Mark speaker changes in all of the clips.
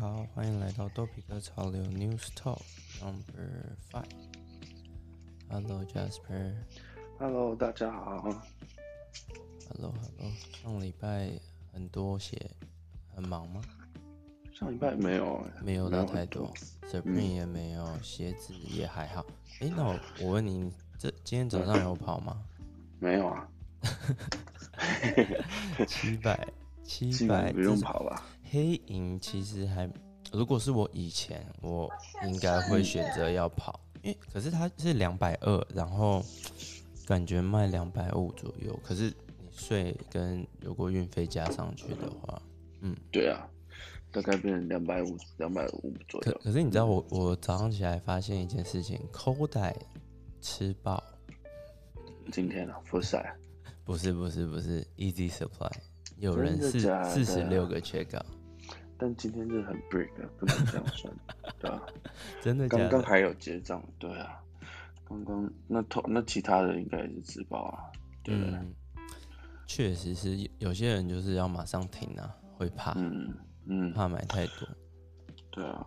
Speaker 1: 好，欢迎来到多皮哥潮流 News Talk Number Five。Hello Jasper。
Speaker 2: Hello，大家好。
Speaker 1: Hello Hello。上礼拜很多写，很忙吗？
Speaker 2: 上礼拜没有欸，
Speaker 1: 没有到
Speaker 2: 有
Speaker 1: 太
Speaker 2: 很
Speaker 1: 多。，Supreme 嗯也没有，鞋子也还好。诶，那我我问你，这今天早上有跑吗？
Speaker 2: 没有啊，
Speaker 1: 七百，七
Speaker 2: 基本
Speaker 1: 百，
Speaker 2: 不用跑吧？
Speaker 1: 黑银其实还，如果是我以前，我应该会选择要
Speaker 2: 哦
Speaker 1: 跑，因为可是它是两百二，然后感觉卖两百五左右，可是你税跟如果运费加上去的话，
Speaker 2: 对啊，大概变成两百五、两百五左
Speaker 1: 可
Speaker 2: 右。
Speaker 1: 可是你知道我我早上起来发现一件事情，口袋吃爆，
Speaker 2: 今天啊，复赛
Speaker 1: 不是不是不是，Easy Supply 有人
Speaker 2: 真的
Speaker 1: 四
Speaker 2: 假的
Speaker 1: 四十六个缺稿，
Speaker 2: 但今天是很 break，的不能这样 算，对啊？
Speaker 1: 真的假
Speaker 2: 刚刚
Speaker 1: 的？
Speaker 2: 还有结账，对啊，刚刚那头那其他的应该也是自爆啊，对不对？
Speaker 1: 嗯，确实是有有些人就是要马上停啊，会怕。
Speaker 2: 嗯嗯，
Speaker 1: 怕买太多。
Speaker 2: 对啊。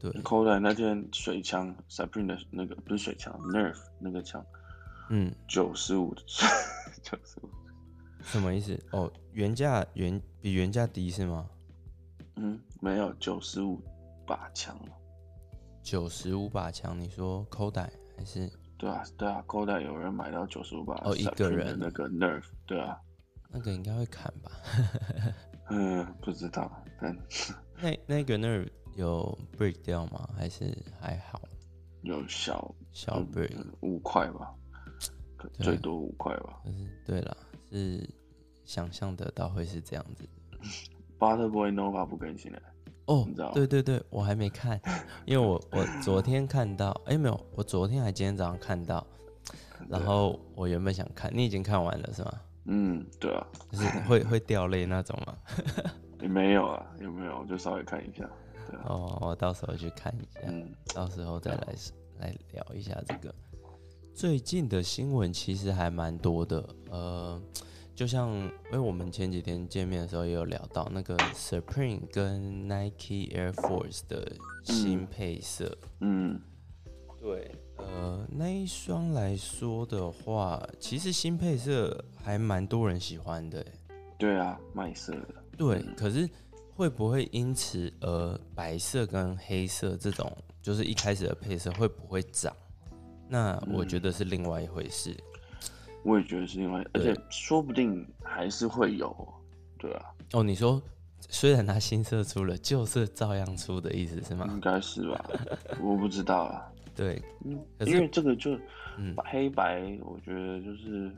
Speaker 1: 对，
Speaker 2: 扣的那天水枪 s a p r i n 的那个不是水枪，Nerf 那个枪
Speaker 1: 嗯，
Speaker 2: 九十五，九十五，
Speaker 1: 什么意思？哦，原价原比原价低是吗？
Speaker 2: 嗯，没有九十五把枪了。
Speaker 1: 九十五把枪，你说扣带还是？
Speaker 2: 对啊，对啊，扣的有人买到九十五把
Speaker 1: 哦一个
Speaker 2: Supreme 的
Speaker 1: 人
Speaker 2: 那个 Nerf，对啊，
Speaker 1: 那个应该会砍吧？
Speaker 2: 嗯，不知道，但
Speaker 1: 那那个那儿有 break 掉吗？还是还好？
Speaker 2: 有小
Speaker 1: 小
Speaker 2: 嗯
Speaker 1: break，、
Speaker 2: 五块吧，可
Speaker 1: 对
Speaker 2: 最多五块吧。
Speaker 1: 可是对啦，是想象得到会是这样子的。
Speaker 2: Butter Boy Nova 不更新了，
Speaker 1: 哦
Speaker 2: 你知道，
Speaker 1: 对对对，我还没看，因为我我昨天看到，哎、没有，我昨天还今天早上看到，然后我原本想看，你已经看完了是吗？
Speaker 2: 嗯，对啊，
Speaker 1: 就是会会掉泪那种啊吗？
Speaker 2: 也没有啊，也没有，我就稍微看一下。
Speaker 1: 哦，我到时候去看一下，
Speaker 2: 嗯，
Speaker 1: 到时候再来来聊一下这个。最近的新闻其实还蛮多的，呃，就像因为我们前几天见面的时候也有聊到那个 Supreme 跟 Nike Air Force 的新配色，
Speaker 2: 嗯，
Speaker 1: 对，呃，那一双来说的话，其实新配色还蛮多人喜欢的欸，
Speaker 2: 对啊，卖色的，
Speaker 1: 对，可是会不会因此而白色跟黑色这种，就是一开始的配色会不会涨？那我觉
Speaker 2: 嗯
Speaker 1: 得是另外一回事。
Speaker 2: 我也觉得是因为，而且说不定还是会有，对啊，
Speaker 1: 哦，你说虽然它新色出了，旧色照样出的意思是吗？
Speaker 2: 应该是吧，我不知道啊，
Speaker 1: 对，
Speaker 2: 嗯，
Speaker 1: 可是
Speaker 2: 因为这个就
Speaker 1: 嗯
Speaker 2: 黑白，我觉得就是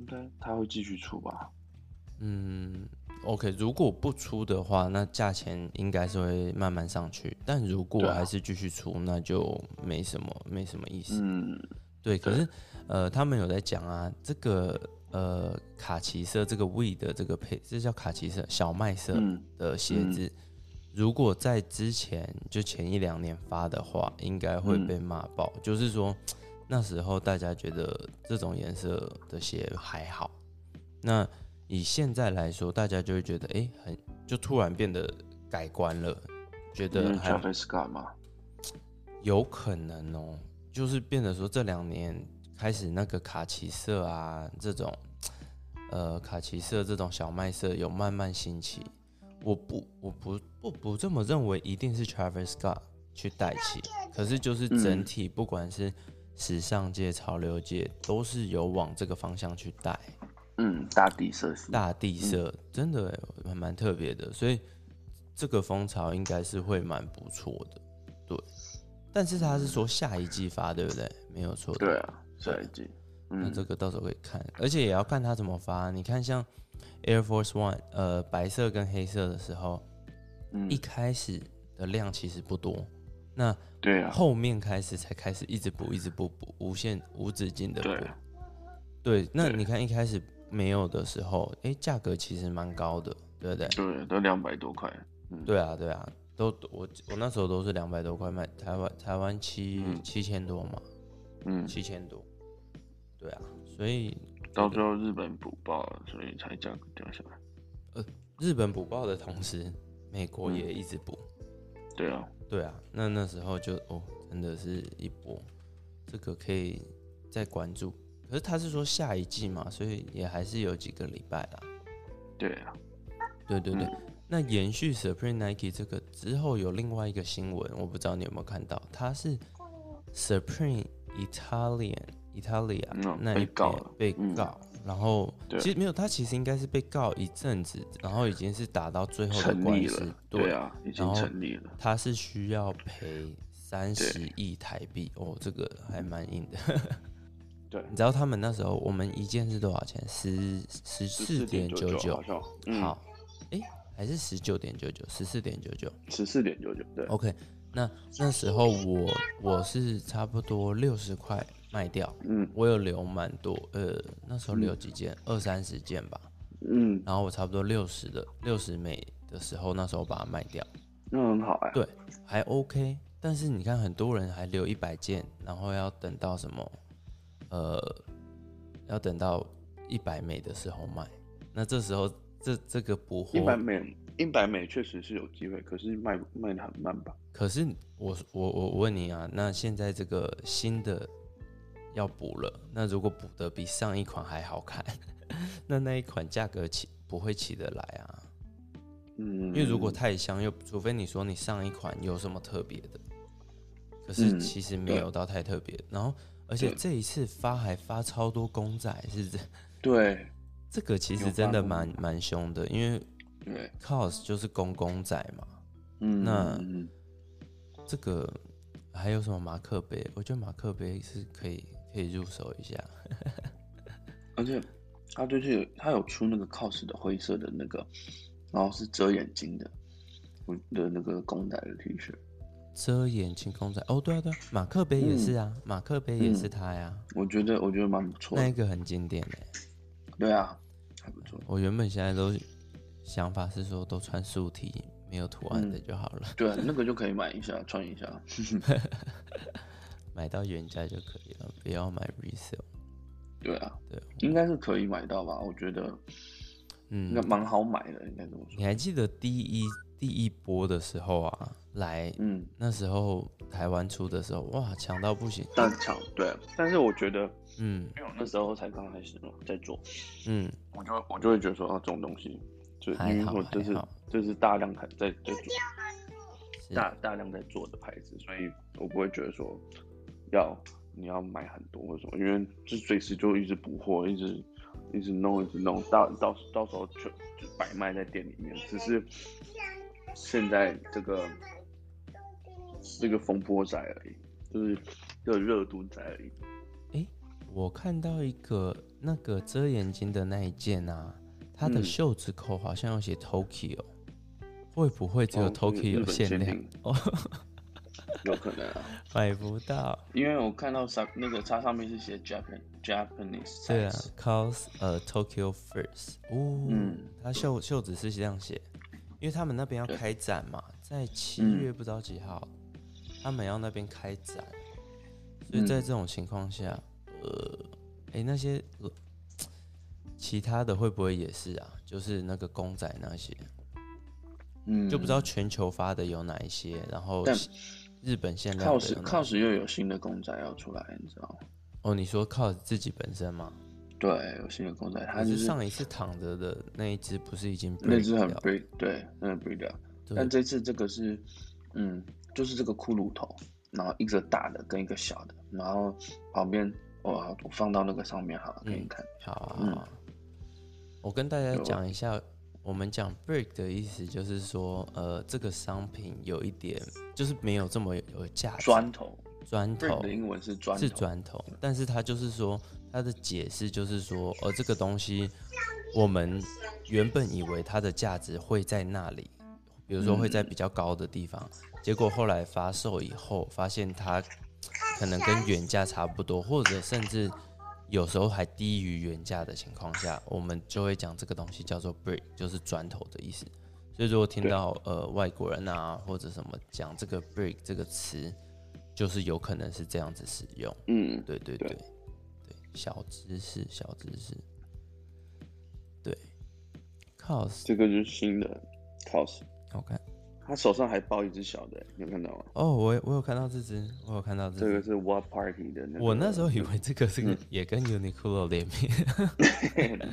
Speaker 2: 应该他会继续出吧。
Speaker 1: 嗯，OK，如果不出的话，那价钱应该是会慢慢上去。但如果
Speaker 2: 对啊
Speaker 1: 还是继续出，那就没什么没什么意思。
Speaker 2: 嗯，
Speaker 1: 对，可是呃，他们有在讲啊，这个呃卡其色这个 V 的这个配，这叫卡其色小麦色
Speaker 2: 嗯
Speaker 1: 的鞋子，如果在之前就前一两年发的话，应该会
Speaker 2: 嗯
Speaker 1: 被骂爆。就是说那时候大家觉得这种颜色的鞋还好，那以现在来说，大家就会觉得诶，很就突然变得改观了，觉
Speaker 2: 因
Speaker 1: 得
Speaker 2: 为
Speaker 1: 还
Speaker 2: Travis Scott 嘛，
Speaker 1: 有可能哦，就是变得说这两年开始那个卡其色啊这种，呃，卡其色这种小麦色有慢慢兴起。我不，我不，不不这么认为，一定是 Travis Scott 去带起。可是就是整体，不管是时尚界、潮流界，都是有往这个方向去带。
Speaker 2: 嗯，大地色系，
Speaker 1: 大地色，真的欸还蛮特别的，所以这个风潮应该是会蛮不错的，对。但是他是说下一季发，对不对？没有错的。
Speaker 2: 对啊，下一季，嗯
Speaker 1: 那这个到时候可以看，而且也要看他怎么发。你看像 Air Force One，呃，白色跟黑色的时候，
Speaker 2: 嗯
Speaker 1: 一开始的量其实不多，那
Speaker 2: 对啊，
Speaker 1: 后面开始才开始一直补，一直补，补无限无止境的补。
Speaker 2: 对啊，
Speaker 1: 对，那你看一开始没有的时候，诶，价格其实蛮高的，对不对？
Speaker 2: 对啊，都两百多块，
Speaker 1: 对啊，对啊，都我我那时候都是两百多块卖，台湾台湾七七千多嘛，
Speaker 2: 嗯，
Speaker 1: 七千多，对啊，所以
Speaker 2: 到最后日本补爆了，所以才价格掉下来。
Speaker 1: 日本补报的同时，美国也一直补，
Speaker 2: 对啊，
Speaker 1: 对啊，那那时候就哦，真的是一波，这个可以再关注。可是他是说下一季嘛，所以也还是有几个礼拜啦。
Speaker 2: 对啊，
Speaker 1: 对对
Speaker 2: 嗯
Speaker 1: 对，那延续 Supreme Nike 这个之后，有另外一个新闻，我不知道你有没有看到，它是 Supreme Italian Italia、
Speaker 2: 嗯
Speaker 1: 那
Speaker 2: 被
Speaker 1: 一
Speaker 2: 告
Speaker 1: 边
Speaker 2: 了
Speaker 1: 被
Speaker 2: 嗯
Speaker 1: 告，然后
Speaker 2: 对
Speaker 1: 其实没有，他其实应该是被告一阵子，然后已经是打到最后的
Speaker 2: 成
Speaker 1: 官
Speaker 2: 立
Speaker 1: 司
Speaker 2: 了，，对，啊，已
Speaker 1: 然
Speaker 2: 经
Speaker 1: 后
Speaker 2: 成立了，
Speaker 1: 他是需要赔三十亿台币哦，这个还蛮硬的。
Speaker 2: 对，
Speaker 1: 你知道他们那时候我们一件是多少钱？十十四点九
Speaker 2: 九
Speaker 1: 九
Speaker 2: 好，像，嗯，
Speaker 1: 好，哎、还是十九点九九，十四点九九。
Speaker 2: 嗯十四点九九，对，
Speaker 1: OK，那那时候我我是差不多六十块卖掉，
Speaker 2: 嗯
Speaker 1: 我有留蛮多，呃，那时候留几件，二三十件吧。
Speaker 2: 嗯，
Speaker 1: 然后我差不多六十的六十美的时候，那时候把它卖掉，
Speaker 2: 那很好哎，
Speaker 1: 对，还 OK。但是你看，很多人还留一百件，然后要等到什么，呃，要等到一百美的时候卖。那这时候这这个补货
Speaker 2: 一百美，一百美确实是有机会，可是卖卖的很慢吧？
Speaker 1: 可是我我我我问你啊，那现在这个新的要补了，那如果补的比上一款还好看， 那那一款价格起不会起得来啊？
Speaker 2: 嗯，
Speaker 1: 因为如果太像，又除非你说你上一款有什么特别的，可是
Speaker 2: 嗯
Speaker 1: 其实没有到太特别。然后而且
Speaker 2: 对
Speaker 1: 这一次发还发超多公仔，是这
Speaker 2: 对
Speaker 1: 这个其
Speaker 2: 有
Speaker 1: 实
Speaker 2: 发
Speaker 1: 真的
Speaker 2: 公
Speaker 1: 蛮蛮凶的，因为
Speaker 2: 对，
Speaker 1: cos 就是公公仔嘛，
Speaker 2: 嗯，
Speaker 1: 那
Speaker 2: 嗯
Speaker 1: 这个还有什么马克杯？我觉得马克杯是可以可以入手一下。
Speaker 2: 而且它就是有它有出那个 cos 的灰色的那个，然后是遮眼睛的，我的那个公仔的 T 恤，
Speaker 1: 遮眼睛公仔哦，对啊对啊，马克杯也是啊，
Speaker 2: 嗯
Speaker 1: 马克杯也是它呀、
Speaker 2: 我觉得我觉得蛮不错
Speaker 1: 那
Speaker 2: 的
Speaker 1: 一，个很经典哎、
Speaker 2: 对啊，还不错，
Speaker 1: 我原本现在都想法是说都穿素 T 没有图案的就好了，
Speaker 2: 对啊，那个就可以买一下穿一下，
Speaker 1: 买到原价就可以了，不要买 resale。
Speaker 2: 对啊，
Speaker 1: 对，
Speaker 2: 应该是可以买到吧？我觉得应该
Speaker 1: 嗯，
Speaker 2: 蛮好买的，应该这么说
Speaker 1: 你，还记得第一第一波的时候啊，来、
Speaker 2: 嗯，
Speaker 1: 那时候台湾出的时候，哇，强到不行。
Speaker 2: 但巧对，啊但是我觉得，
Speaker 1: 嗯
Speaker 2: 因为我那时候才刚开始嘛，在做，
Speaker 1: 嗯，
Speaker 2: 我就我就会觉得说啊，这种东西，就
Speaker 1: 还
Speaker 2: 因为
Speaker 1: 好
Speaker 2: 我就
Speaker 1: 还
Speaker 2: 是
Speaker 1: 好
Speaker 2: 就是大量还在在做
Speaker 1: 是
Speaker 2: 大大量在做的牌子，所以我不会觉得说要你要买很多或什么，因为就随时就一直补货，一直一直弄，一直弄，到到到时候就就摆卖在店里面。只是现在这个这个风波仔而已，就是这个热度仔而已。
Speaker 1: 我看到一个那个遮眼睛的那一件啊，它的
Speaker 2: 嗯
Speaker 1: 袖子扣好像有写 Tokyo，、会不会只有
Speaker 2: 哦这个
Speaker 1: Tokyo
Speaker 2: 日
Speaker 1: 有
Speaker 2: 本
Speaker 1: 限
Speaker 2: 限
Speaker 1: 量
Speaker 2: 定？
Speaker 1: 哦，
Speaker 2: 有可能啊，
Speaker 1: 买不到。
Speaker 2: 因为我看到上那个它上面是写 Japan Japanese，
Speaker 1: 对啊
Speaker 2: size
Speaker 1: ，cause 呃 Tokyo first，哦，
Speaker 2: 嗯
Speaker 1: 它袖袖子是这样写，因为他们那边要
Speaker 2: 对
Speaker 1: 开展嘛，在七
Speaker 2: 嗯
Speaker 1: 月不知道几号，他们要那边开展，所以
Speaker 2: 嗯
Speaker 1: 在这种情况下，呃，哎、那些、呃其他的会不会也是啊？就是那个公仔那些，
Speaker 2: 嗯，
Speaker 1: 就不知道全球发的有哪一些，然后
Speaker 2: 但
Speaker 1: 日本限量的
Speaker 2: cos
Speaker 1: 有哪
Speaker 2: cos 又有新的公仔要出来，你知道吗？
Speaker 1: 哦，你说靠自己本身吗？
Speaker 2: 对，有新的公仔，它
Speaker 1: 还
Speaker 2: 就是是
Speaker 1: 上一次躺着的那一只不是已经
Speaker 2: 那只
Speaker 1: break
Speaker 2: 很
Speaker 1: 掉
Speaker 2: break，对，那很 break 掉。
Speaker 1: 对
Speaker 2: 但这次这个是，嗯，就是这个骷髅头，然后一个大的跟一个小的，然后旁边哇，我放到那个上面好了，给你
Speaker 1: 嗯
Speaker 2: 看。
Speaker 1: 好啊，
Speaker 2: 嗯
Speaker 1: 好啊我跟大家
Speaker 2: 有
Speaker 1: 讲一下，我们讲 break 的意思就是说，呃，这个商品有一点就是没有这么有价值，
Speaker 2: 砖头
Speaker 1: 砖
Speaker 2: ，break
Speaker 1: 头
Speaker 2: 的英文是砖
Speaker 1: 是
Speaker 2: 头，
Speaker 1: 砖头，但是它就是说它的解释就是说，呃，这个东西我们原本以为它的价值会在那里，比如说
Speaker 2: 嗯
Speaker 1: 会在比较高的地方，结果后来发售以后发现它可能跟原价差不多，或者甚至有时候还低于原价的情况下，我们就会讲这个东西叫做 brick，就是砖头的意思。所以如果听
Speaker 2: 对
Speaker 1: 到呃外国人啊或者什么讲这个 brick 这个词，就是有可能是这样子使用。
Speaker 2: 嗯，
Speaker 1: 对对对
Speaker 2: 对
Speaker 1: 对，小知识小知识，对，cos
Speaker 2: 这个就是新的 cos，
Speaker 1: 我看
Speaker 2: 他手上还抱一只小的，欸你有看到吗？
Speaker 1: 哦，我我有看到这只，我有看到这
Speaker 2: 这个
Speaker 1: 只。
Speaker 2: 是嗯 What Party 的那
Speaker 1: 嗯
Speaker 2: 个。
Speaker 1: 我那时候以为这个是也跟 Uniqlo 联名，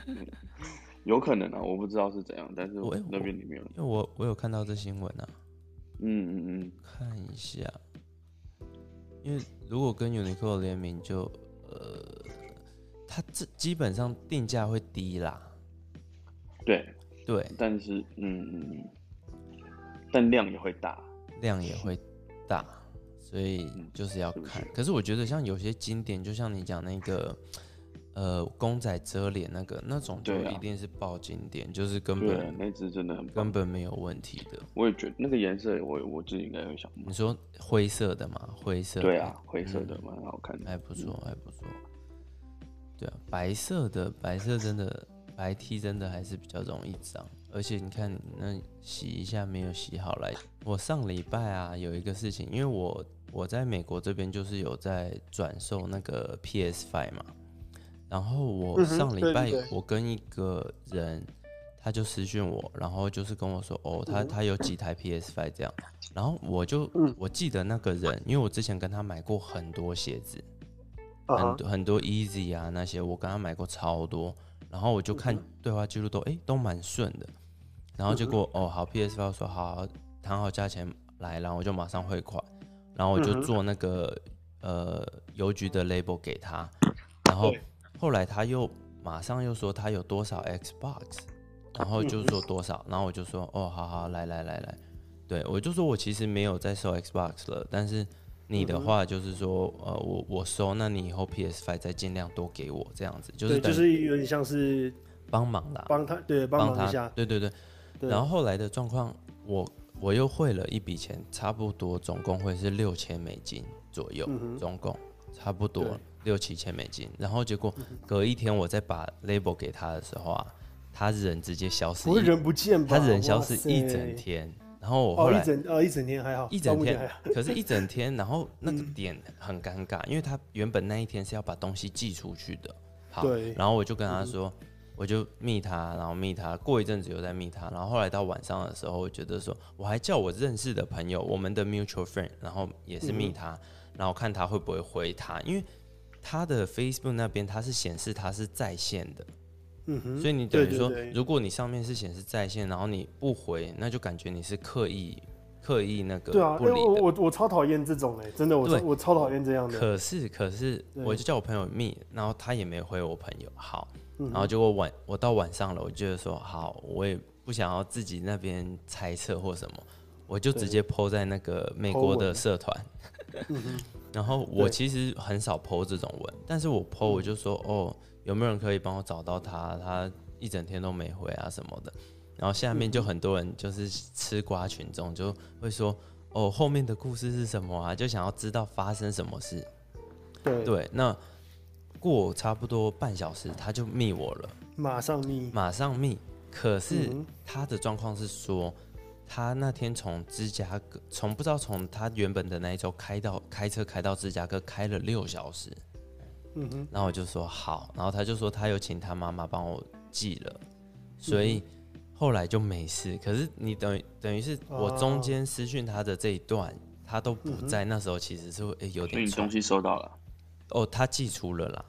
Speaker 2: 有可能啊，我不知道是怎样，但是
Speaker 1: 我
Speaker 2: 那边里面有，
Speaker 1: 因为我我有看到这新闻啊，
Speaker 2: 嗯嗯嗯，
Speaker 1: 看一下，因为如果跟 Uniqlo 联名就，呃，它这基本上定价会低啦，
Speaker 2: 对，
Speaker 1: 对，
Speaker 2: 但是嗯嗯嗯，但量也会大，
Speaker 1: 量也会大，所以
Speaker 2: 嗯
Speaker 1: 就是要看。可是我觉得像有些经典，就像你讲那个，呃，公仔遮脸那个那种，就
Speaker 2: 对啊
Speaker 1: 一定是爆经典，就是根
Speaker 2: 对，啊
Speaker 1: 本
Speaker 2: 那只真的很棒
Speaker 1: 根，本没有问题的。
Speaker 2: 我也觉得那个颜色我我自己应该会想买，
Speaker 1: 你说灰色的嘛，灰色的嗯
Speaker 2: 对啊，灰色的蛮好看的，
Speaker 1: 还哎不错，还不错。对啊，白色的白色真的白 T 真的还是比较容易脏，而且你看那洗一下没有洗好来。我上礼拜啊有一个事情，因为我我在美国这边就是有在转售那个 PS Five 嘛，然后我
Speaker 3: 嗯哼
Speaker 1: 上礼
Speaker 3: 对对
Speaker 1: 拜
Speaker 3: 对
Speaker 1: 我跟一个人。他就私讯我，然后就是跟我说，哦，
Speaker 3: 嗯
Speaker 1: 他他有几台 PS Five 这样，然后我就我记得那个人，因为我之前跟他买过很多鞋子，
Speaker 3: 啊
Speaker 1: 很
Speaker 3: 哈，
Speaker 1: 多很多 Easy 啊那些，我跟他买过超多，然后我就看
Speaker 3: 嗯
Speaker 1: 对话记录都哎、诶都蛮顺的，然后结果、
Speaker 3: 嗯
Speaker 1: 哦好 PS 5说好好谈好价钱来，然后我就马上汇款，
Speaker 3: 嗯
Speaker 1: 然后我就做那个、呃邮局的 label 给他，然后
Speaker 3: 对
Speaker 1: 后来他又马上又说他有多少 Xbox，然后
Speaker 3: 嗯
Speaker 1: 就说多少，然后我就说哦好好来来来来，对我就说我其实没有在收 Xbox 了，但是。你
Speaker 3: 嗯
Speaker 1: 的话就是说，呃，我我收，那你以后 PS Five 再尽量多给我这样子，就是
Speaker 3: 对，
Speaker 1: 等
Speaker 3: 就
Speaker 1: 于
Speaker 3: 是有点像是
Speaker 1: 帮忙啦，
Speaker 3: 帮他，对，帮忙一
Speaker 1: 他
Speaker 3: 下，，
Speaker 1: 对对对。
Speaker 3: 对
Speaker 1: 然后后来的状况，我我又汇了一笔钱，差不多总共会是六千美金左右，总共差不多
Speaker 3: 嗯对嗯
Speaker 1: 六七千美金。然后结果隔一天我再把 label 给他的时候啊，他人直接消失
Speaker 3: 不会
Speaker 1: 一，
Speaker 3: 人不见吧？
Speaker 1: 他人消
Speaker 3: 哇
Speaker 1: 失
Speaker 3: 塞
Speaker 1: 一整，天。然后我后
Speaker 3: 哦，
Speaker 1: 来
Speaker 3: 一整哦一整天还好，
Speaker 1: 一
Speaker 3: 到
Speaker 1: 整
Speaker 3: 目前
Speaker 1: 天
Speaker 3: 还好，，
Speaker 1: 可是一整天，然后那
Speaker 3: 嗯
Speaker 1: 个点很尴尬，因为他原本那一天是要把东西寄出去的。好
Speaker 3: 对，嗯
Speaker 1: 然后我就跟他说，我就密他，然后密他，过一阵子又在密他，然后后来到晚上的时候，我觉得说，我还叫我认识的朋友，我们的 mutual friend，然后也是密
Speaker 3: 嗯
Speaker 1: 他，然后看他会不会回他，因为他的 Facebook 那边它是显示他是在线的，
Speaker 3: 嗯哼，
Speaker 1: 所以你等
Speaker 3: 对
Speaker 1: 于
Speaker 3: 对
Speaker 1: 说，
Speaker 3: 对
Speaker 1: 如果你上面是显示在线，然后你不回，那就感觉你是刻意刻意那个
Speaker 3: 对啊，
Speaker 1: 不
Speaker 3: 因为
Speaker 1: 理
Speaker 3: 我
Speaker 1: 的。
Speaker 3: 我我超讨厌这种哎，真的，我
Speaker 1: 对
Speaker 3: 超我超讨厌这样的，
Speaker 1: 可是可是，
Speaker 3: 对
Speaker 1: 我就叫我朋友密，然后他也没回我朋友，好，
Speaker 3: 嗯
Speaker 1: 然后结果晚我到晚上了，我就说好，我也不想要自己那边猜测或什么，我就直接 PO 在那个美国的社团。 然后我
Speaker 3: 对
Speaker 1: 其实很少 PO 这种文，但是我 PO 我就说哦，有没有人可以帮我找到他？他一整天都没回啊什么的。然后下面就很多人就是吃瓜群众就会说哦，后面的故事是什么啊？就想要知道发生什么事。
Speaker 3: 对，
Speaker 1: 对，那过差不多半小时，他就密我了，
Speaker 3: 马上密，
Speaker 1: 马上密。可是
Speaker 3: 嗯
Speaker 1: 他的状况是说，他那天从芝加哥，从不知道从他原本的那一周开到开车开到芝加哥，开了六小时。
Speaker 3: 嗯哼，
Speaker 1: 然后我就说好，然后他就说他有请他妈妈帮我寄了，所
Speaker 3: 嗯
Speaker 1: 以后来就没事。可是你等于等于是我
Speaker 3: 哦
Speaker 1: 中间私讯他的这一段，他都
Speaker 3: 嗯
Speaker 1: 不在，那时候其实是会、诶有
Speaker 2: 所以
Speaker 1: 点
Speaker 2: 你
Speaker 1: 冲
Speaker 2: 东西收到了，
Speaker 1: 哦，他寄出了啦，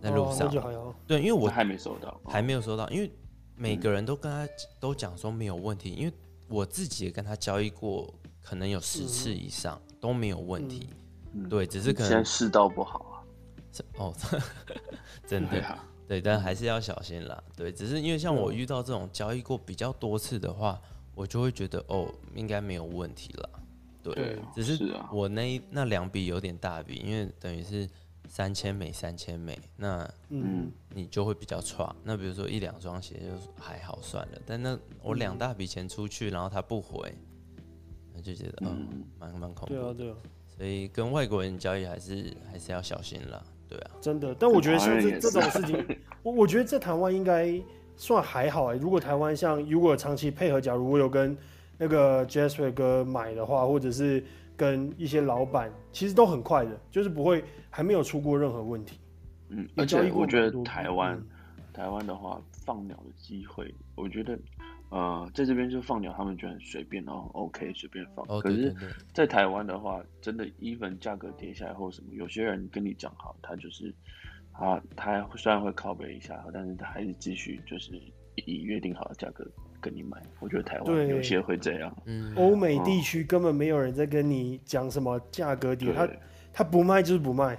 Speaker 1: 在路
Speaker 3: 哦
Speaker 1: 上。
Speaker 3: 那就还好，
Speaker 1: 对，因为
Speaker 2: 我
Speaker 1: 我
Speaker 2: 还嗯没收到，
Speaker 1: 还没有收到，因为每个人都跟他都讲说没有问题，因为我自己也跟他交易过，可能有十次以上、都没有问题。对，只是可
Speaker 2: 嗯现在
Speaker 1: 能
Speaker 2: 世道不好啊，
Speaker 1: 是哦， 真
Speaker 2: 对
Speaker 1: 的
Speaker 2: 啊，嗯
Speaker 1: 对，但还是要小心啦。对，只是因为像我遇到这种交易过比较多次的话，我就会觉得哦，应该没有问题啦。对，
Speaker 2: 对
Speaker 1: 只是
Speaker 2: 是啊
Speaker 1: 我那一那两笔有点大笔，因为等于是三千美三千美，那
Speaker 3: 嗯，
Speaker 1: 你就会比较差。那比如说一两双鞋就还好算了，但那
Speaker 3: 嗯
Speaker 1: 我两大笔钱出去，然后他不回，那就觉得嗯，蛮蛮恐怖
Speaker 3: 对
Speaker 1: 的。
Speaker 3: 啊对啊，
Speaker 1: 所以跟外国人交易还是还是要小心啦。对啊，
Speaker 3: 真的，但我觉得像
Speaker 2: 台湾
Speaker 3: 这
Speaker 2: 也
Speaker 3: 这
Speaker 2: 是
Speaker 3: 种事 情，我我觉得在台湾应该算还好哎、如果台湾像如果长期配合，假如我有跟那个 Jasper 哥买的话，或者是跟一些老板，其实都很快的，就是不会还没有出过任何问题。
Speaker 2: 嗯，
Speaker 3: 有
Speaker 2: 而
Speaker 3: 交易
Speaker 2: 且
Speaker 3: 过
Speaker 2: 我觉
Speaker 3: 蛮嗯
Speaker 2: 得
Speaker 3: 多
Speaker 2: 台湾，台湾的话放鸟的机会，我觉得呃，在这边就放鸟，他们觉得很随便，然后 OK 随便放。
Speaker 1: 哦，
Speaker 2: 可
Speaker 1: 对对
Speaker 2: 是，
Speaker 1: 对，
Speaker 2: 在台湾的话，真的 even 价格跌下来或什么，有些人跟你讲好，他就是啊，他虽然会靠背一下，但是他还是继续就是以约定好的价格跟你买。我觉得台湾
Speaker 3: 对
Speaker 2: 有些会这样，
Speaker 1: 嗯，
Speaker 3: 欧
Speaker 2: 哦
Speaker 3: 美地区根本没有人在跟你讲什么价格跌，
Speaker 2: 对，
Speaker 3: 他他不卖就是不卖，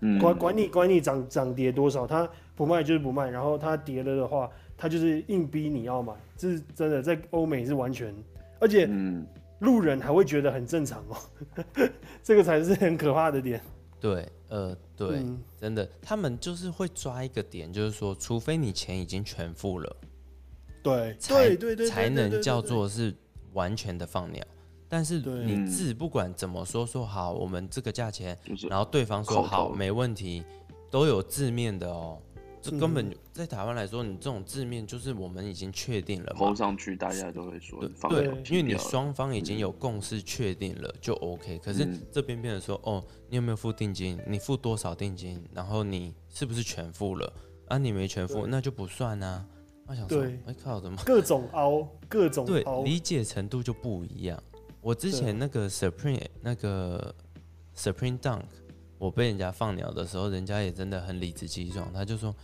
Speaker 2: 嗯，
Speaker 3: 管管你管你涨涨跌多少，他不卖就是不卖，然后他跌了的话，他就是硬逼你要买，这是真的，在欧美是完全，而且
Speaker 2: 嗯，
Speaker 3: 路人还会觉得很正常哦， 这个才是很可怕的点。
Speaker 1: 对，呃，对，
Speaker 3: 嗯
Speaker 1: 真的，他们就是会抓一个点，就是说，除非你钱已经全付了，
Speaker 3: 对
Speaker 1: 才
Speaker 3: 对对对，
Speaker 1: 才
Speaker 3: 对
Speaker 1: 能叫。做是完全的放鸟。但是
Speaker 3: 对
Speaker 1: 你字不管怎么说，说好我们这个价钱，
Speaker 2: 就是
Speaker 1: 然后对方说
Speaker 2: 口头
Speaker 1: 好没问题，都有字面的哦。这根本
Speaker 3: 嗯
Speaker 1: 在台湾来说，你这种字面就是我们已经确定了嘛
Speaker 2: 抛，上去，大家都会说放
Speaker 1: 对
Speaker 2: 鸟，，
Speaker 1: 因为你
Speaker 2: 掉了
Speaker 1: 双方已经有共识确定了，就 OK。可是
Speaker 2: 嗯
Speaker 1: 这边变成说，哦，你有没有付定金？你付多少定金？然后你是不是全付了？啊，你没全付，
Speaker 3: 对
Speaker 1: 那就不算啊。那想说
Speaker 3: 对，
Speaker 1: 哎靠，怎么
Speaker 3: 各种凹，各种
Speaker 1: 对
Speaker 3: 凹，
Speaker 1: 理解程度就不一样？我之前那个 Supreme 那个 Supreme Dunk，我被人家放鸟的时候，人家也真的很理直气壮，他就说：“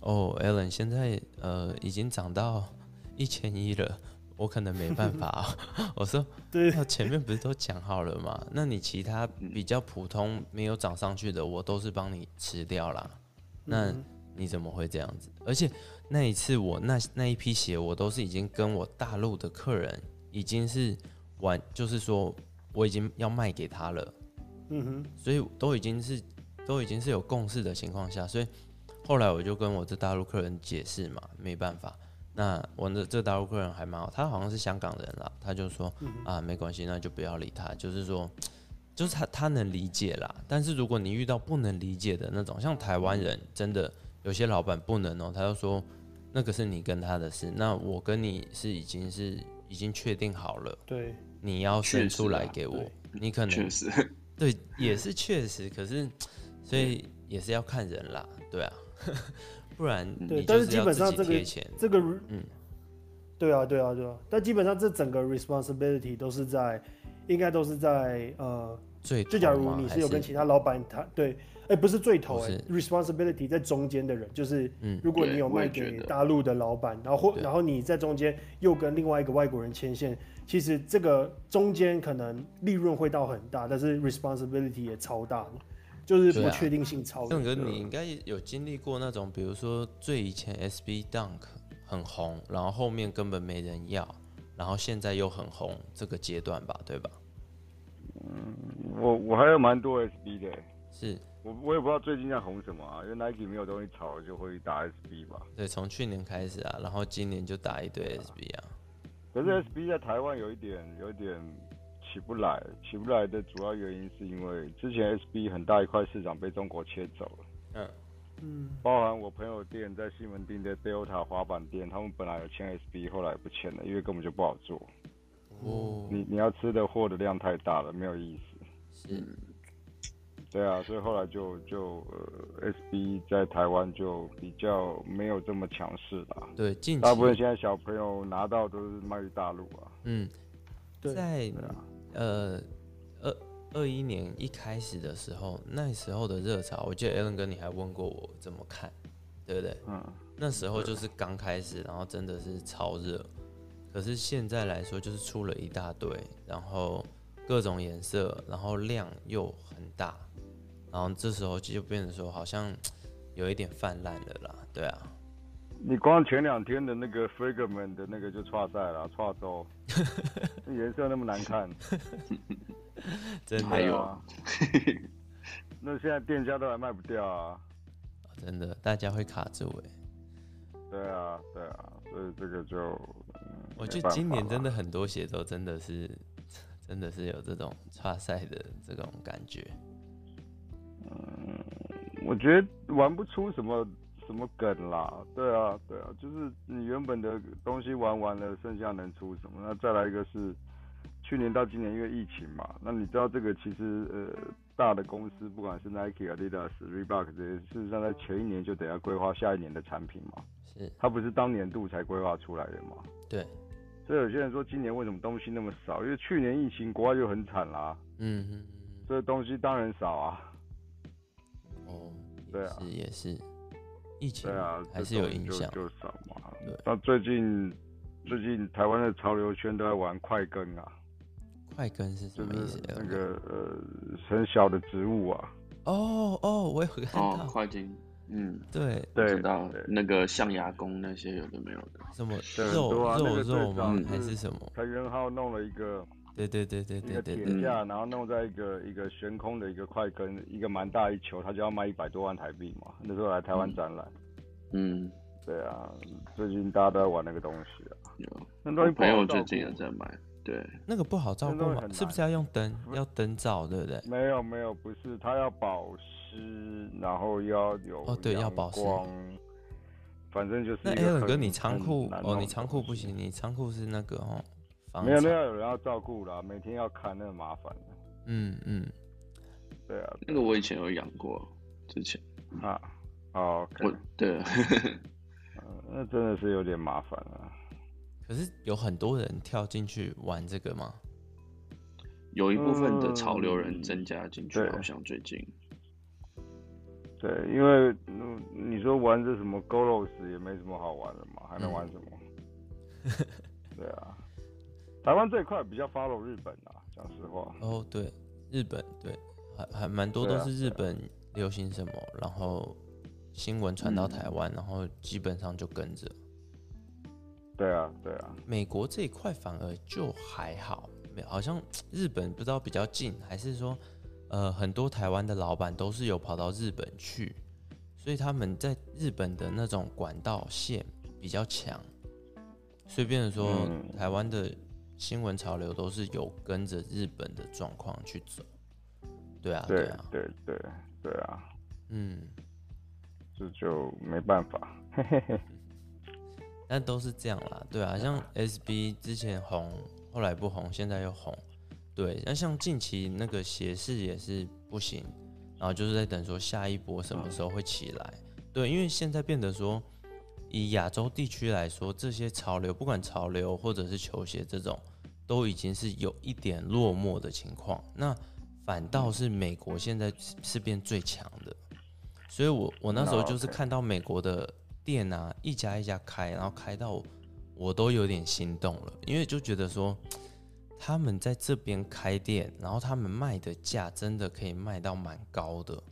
Speaker 1: 哦，Alan，现在呃已经涨到一千一了，我可能没办法、哦。” 我说：“
Speaker 3: 对
Speaker 1: 那前面不是都讲好了嘛？那你其他比较普通没有涨上去的，我都是帮你吃掉啦。那你怎么会这样子？而且那一次我那那一批鞋，我都是已经跟我大陆的客人已经是完，就是说我已经要卖给他了，
Speaker 3: 嗯哼，
Speaker 1: 所以都已经是都已经是有共识的情况下，所以后来我就跟我这大陆客人解释嘛，没办法。那我的这大陆客人还蛮好，他好像是香港人啦，他就说、
Speaker 2: 嗯
Speaker 1: 啊没关系，那就不要理他，就是说。就是他他能理解啦，但是如果你遇到不能理解的那种，像台湾人，真的有些老板不能哦、他就说那个是你跟他的事，那我跟你是已经是已经确定好了，
Speaker 3: 对，
Speaker 1: 你要生
Speaker 2: 确实
Speaker 1: 出来
Speaker 2: 啊
Speaker 1: 给我
Speaker 3: 对，
Speaker 1: 你可能
Speaker 2: 确实，
Speaker 1: 对，也是确实，可是所以也是要看人啦，对啊， 不然
Speaker 3: 对
Speaker 1: 你
Speaker 3: 但
Speaker 1: 就是
Speaker 3: 基
Speaker 1: 要
Speaker 3: 本
Speaker 1: 自
Speaker 3: 上
Speaker 1: 己
Speaker 3: 这个
Speaker 1: 贴钱，
Speaker 3: 这个
Speaker 1: 嗯，
Speaker 3: 对啊，对啊，对啊，但基本上这整个 responsibility 都是在，应该都是在呃，
Speaker 1: 最
Speaker 3: 就
Speaker 1: 痛
Speaker 3: 假如
Speaker 1: 吗
Speaker 3: 你
Speaker 1: 还
Speaker 3: 是有跟其他老板谈，对，哎，不是最头
Speaker 1: 不
Speaker 3: 哎
Speaker 1: 是
Speaker 3: ，responsibility 在中间的人，就是
Speaker 1: 嗯
Speaker 3: 如果
Speaker 2: 对
Speaker 3: 你有
Speaker 2: 我
Speaker 3: 卖
Speaker 2: 也觉
Speaker 3: 给
Speaker 2: 得
Speaker 3: 大陆的老板，然后或
Speaker 1: 对
Speaker 3: 然后你在中间又跟另外一个外国人牵线，其实这个中间可能利润会到很大，但是 responsibility 也超大的，就是
Speaker 1: 对
Speaker 3: 不
Speaker 1: 啊
Speaker 3: 确定性超大
Speaker 1: 郑。哥，你应该有经历过那种，比如说最以前 SB Dunk 很红，然后后面根本没人要，然后现在又很红这个阶段吧，对吧？
Speaker 4: 我我还有蛮多 SB 的，欸
Speaker 1: 是
Speaker 4: 我我也不知道最近在红什么啊，因为 Nike 没有东西炒，就会打 SB 吧。
Speaker 1: 对，从去年开始啊，然后今年就打一堆 SB 啊，
Speaker 4: 可是 SB 在台湾有一点有一点起不来，起不来的主要原因是因为之前 SB 很大一块市场被中国切走了，
Speaker 1: 嗯，
Speaker 3: 嗯，
Speaker 4: 包含我朋友店在西门町的 Delta 滑板店，他们本来有签 SB，后来不签了，因为根本就不好做。
Speaker 1: 哦，
Speaker 4: 你你要吃的货的量太大了，没有意思。
Speaker 1: 是
Speaker 4: 对啊，所以后来就就呃 SB 在台湾就比较没有这么强势了。
Speaker 1: 对， 近期
Speaker 4: 大部分现在小朋友拿到都是卖于大陆啊，
Speaker 1: 嗯，
Speaker 3: 对
Speaker 1: 在呃二二一年一开始的时候，那时候的热潮，我记得 Alan 哥你还问过我怎么看，对不对？
Speaker 4: 嗯，
Speaker 1: 那时候就是刚开始，然后真的是超热。可是现在来说，就是出了一大堆，然后各种颜色，然后量又很大，然后这时候就变成说好像有一点泛滥了啦，对啊，
Speaker 4: 你光前两天的那个 Fragment 的那个就差赛了，差 州，那颜色那么难看，
Speaker 1: 真的
Speaker 2: 还有
Speaker 4: 啊，那现在店家都还卖不掉啊，
Speaker 1: 真的大家会卡住哎、
Speaker 4: 对啊，对啊，所以这个就，嗯
Speaker 1: 我觉得今年真，
Speaker 4: 没
Speaker 1: 的
Speaker 4: 办法啦
Speaker 1: 很多鞋都真的是，真的是有这种差赛的这种感觉。
Speaker 4: 我觉得玩不出什么什么梗啦，对啊，对啊，就是你原本的东西玩完了，剩下能出什么？那再来一个是去年到今年因为疫情嘛，那你知道这个其实呃大的公司不管是 Nike、Adidas、Reebok 这些，事实上在前一年就得要规划下一年的产品嘛，
Speaker 1: 是
Speaker 4: 它不是当年度才规划出来的嘛，
Speaker 1: 对，
Speaker 4: 所以有些人说今年为什么东西那么少？因为去年疫情国外就很惨啦，
Speaker 1: 嗯哼嗯
Speaker 4: 所以东西当然少啊。
Speaker 1: 哼，哦，
Speaker 4: 对啊
Speaker 1: 也是也是，疫情
Speaker 4: 对啊，
Speaker 1: 还
Speaker 4: 这
Speaker 1: 是有
Speaker 4: 种
Speaker 1: 影
Speaker 4: 就
Speaker 1: 响，
Speaker 4: 就少嘛
Speaker 1: 对。
Speaker 4: 那最近最近台湾的潮流圈都在玩快更啊，
Speaker 1: 快更是什
Speaker 4: 就
Speaker 1: 么意思
Speaker 4: 是？
Speaker 1: 我
Speaker 4: 那
Speaker 1: 看
Speaker 4: 个呃很小的植物啊，
Speaker 1: 哦哦，我有看
Speaker 2: 哦，
Speaker 1: 到，
Speaker 2: 快进，嗯，
Speaker 1: 对，
Speaker 4: 对
Speaker 2: 知道
Speaker 4: 对
Speaker 2: 那个象牙功那些有的没有的，
Speaker 1: 什么
Speaker 4: 对很
Speaker 1: 肉
Speaker 4: 多啊那
Speaker 1: 肉
Speaker 4: 个最
Speaker 1: 肉吗
Speaker 4: 早？
Speaker 1: 还
Speaker 4: 是
Speaker 1: 是什么？
Speaker 4: 陈元浩弄了一个
Speaker 1: 对对对对
Speaker 4: 一
Speaker 1: 对
Speaker 4: 个
Speaker 1: 对
Speaker 4: 铁
Speaker 1: 对，
Speaker 2: 嗯
Speaker 4: 架，然后弄在一个一个悬空的一个快跟，一个蛮大一球，他就要卖一百多万台币嘛。那时候来台湾
Speaker 2: 嗯
Speaker 4: 展览，
Speaker 2: 嗯，
Speaker 4: 对啊，最近大家都在玩那个东西啊。
Speaker 2: 有，
Speaker 4: 那东
Speaker 2: 我
Speaker 4: 西不
Speaker 2: 朋
Speaker 4: 好
Speaker 2: 友
Speaker 4: 照
Speaker 2: 最近
Speaker 4: 顾
Speaker 2: 也在买，对，
Speaker 1: 那个不好照
Speaker 4: 那
Speaker 1: 顾
Speaker 4: 东西
Speaker 1: 嘛，
Speaker 4: 很
Speaker 1: 是不
Speaker 4: 难
Speaker 1: 是要用灯？要灯罩，对不对？
Speaker 4: 没有没有，不是，它要保湿，然后要有
Speaker 1: 哦对要
Speaker 4: 阳
Speaker 1: 保湿
Speaker 4: 光反正就是
Speaker 1: 那
Speaker 4: 一个
Speaker 1: Alan 哥，
Speaker 4: 很
Speaker 1: 你仓库
Speaker 4: 很难弄
Speaker 1: 哦，
Speaker 4: 的
Speaker 1: 你仓库
Speaker 4: 东
Speaker 1: 不
Speaker 4: 西
Speaker 1: 行，你仓库是那个哦，房
Speaker 4: 没有没
Speaker 1: 产
Speaker 4: 有有人要照顾啦，每天要看那很麻烦的，
Speaker 1: 嗯嗯，
Speaker 4: 对啊
Speaker 2: 那个我以前有养过，之前
Speaker 4: 啊，好，OK，
Speaker 2: 我对，
Speaker 4: 嗯那真的是有点麻烦啊。
Speaker 1: 可是有很多人跳进去玩这个吗？
Speaker 2: 有一部分的潮流人
Speaker 4: 嗯
Speaker 2: 增加进去，
Speaker 4: 对
Speaker 2: 好像最近，
Speaker 4: 对，因为嗯你说玩这什么 Golos 也没什么好玩的嘛，还能玩什么？
Speaker 1: 嗯
Speaker 4: 对啊，台湾这一块比较 follow 日本啊，讲实话。
Speaker 1: 哦，对，日本对，还还蛮多
Speaker 4: 对
Speaker 1: 都
Speaker 4: 啊
Speaker 1: 是
Speaker 4: 对
Speaker 1: 日
Speaker 4: 啊
Speaker 1: 本流行什么，然后新闻传到
Speaker 2: 嗯
Speaker 1: 台湾，然后基本上就跟着。
Speaker 4: 对啊，对啊，
Speaker 1: 美国这一块反而就还好，没好像日本不知道比较近，还是说，呃，很多台湾的老板都是有跑到日本去，所以他们在日本的那种管道线比较强。随便说，
Speaker 4: 嗯
Speaker 1: 台湾的新闻潮流都是有跟着日本的状况去走。对啊，
Speaker 4: 对
Speaker 1: 啊，
Speaker 4: 对对对啊，
Speaker 1: 嗯，
Speaker 4: 这就没办法。
Speaker 1: 但都是这样啦，对啊，像 SB 之前红，后来不红，现在又红，对，那像近期那个斜视也是不行，然后就是在等说下一波什么时候会起来，对，因为现在变得说，以亚洲地区来说，这些潮流，不管潮流或者是球鞋这种，都已经是有一点落寞的情况，那反倒是美国现在是是变最强的，所以我我那时候
Speaker 4: 那
Speaker 1: 就是
Speaker 4: OK
Speaker 1: 看到美国的店啊，一家一家开，然后开到我我都有点心动了，因为就觉得说他们在这边开店，然后他们卖的价真的可以卖到蛮高的，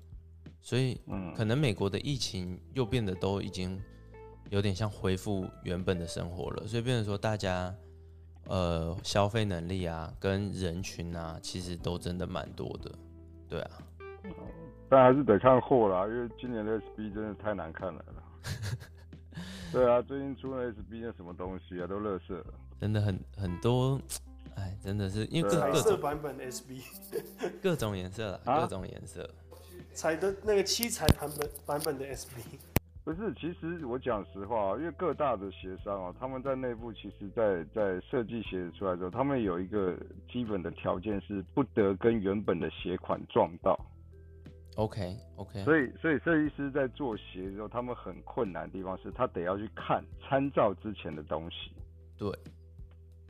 Speaker 1: 所以
Speaker 4: 嗯，
Speaker 1: 可能美国的疫情又变得都已经有点像恢复原本的生活了，所以变成说大家呃消费能力啊跟人群啊，其实都真的蛮多的，对啊，
Speaker 4: 但还是得看货啦，因为今年的 SB 真的太难看了啦。对啊，最近出的 SB 那什么东西啊，都乐色。
Speaker 1: 真的很很多，哎，真的是因为各
Speaker 4: 对啊
Speaker 3: 彩
Speaker 1: 各
Speaker 3: 色
Speaker 1: 种
Speaker 3: 版本 SB，
Speaker 1: 各种颜色啦，
Speaker 4: 啊
Speaker 1: 各种颜色，
Speaker 3: 彩的那个七彩版本版本的 SB，
Speaker 4: 不是，其实我讲实话、啊，因为各大的协商啊，他们在内部其实在，在设计鞋子出来之后，他们有一个基本的条件是不得跟原本的鞋款撞到，
Speaker 1: OK OK，
Speaker 4: 所以所以设计师在做鞋的时候，他们很困难的地方是他得要去看参照之前的东西，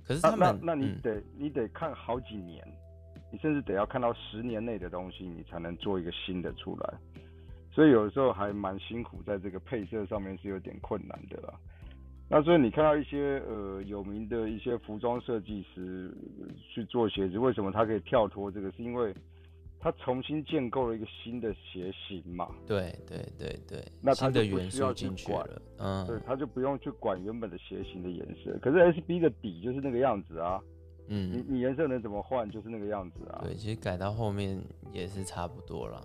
Speaker 1: 可是
Speaker 4: 那
Speaker 1: 他
Speaker 4: 那
Speaker 1: 们
Speaker 4: 那你
Speaker 1: 嗯
Speaker 4: 得、你得看好几年，你甚至得要看到十年内的东西，你才能做一个新的出来。所以有时候还蛮辛苦，在这个配色上面是有点困难的啦。那所以你看到一些呃有名的一些服装设计师呃去做鞋子，为什么他可以跳脱这个？是因为他重新建构了一个新的鞋型嘛，
Speaker 1: 对对对对，
Speaker 4: 那他
Speaker 1: 新的
Speaker 4: 就不
Speaker 1: 元
Speaker 4: 需
Speaker 1: 素
Speaker 4: 要去
Speaker 1: 进去
Speaker 4: 管
Speaker 1: 了，
Speaker 4: 对，
Speaker 1: 嗯
Speaker 4: 他就不用去管原本的鞋型的颜色。可是 SB 的底就是那个样子啊，你
Speaker 1: 嗯，
Speaker 4: 你颜色能怎么换就是那个样子啊。
Speaker 1: 对，其实改到后面也是差不多啦。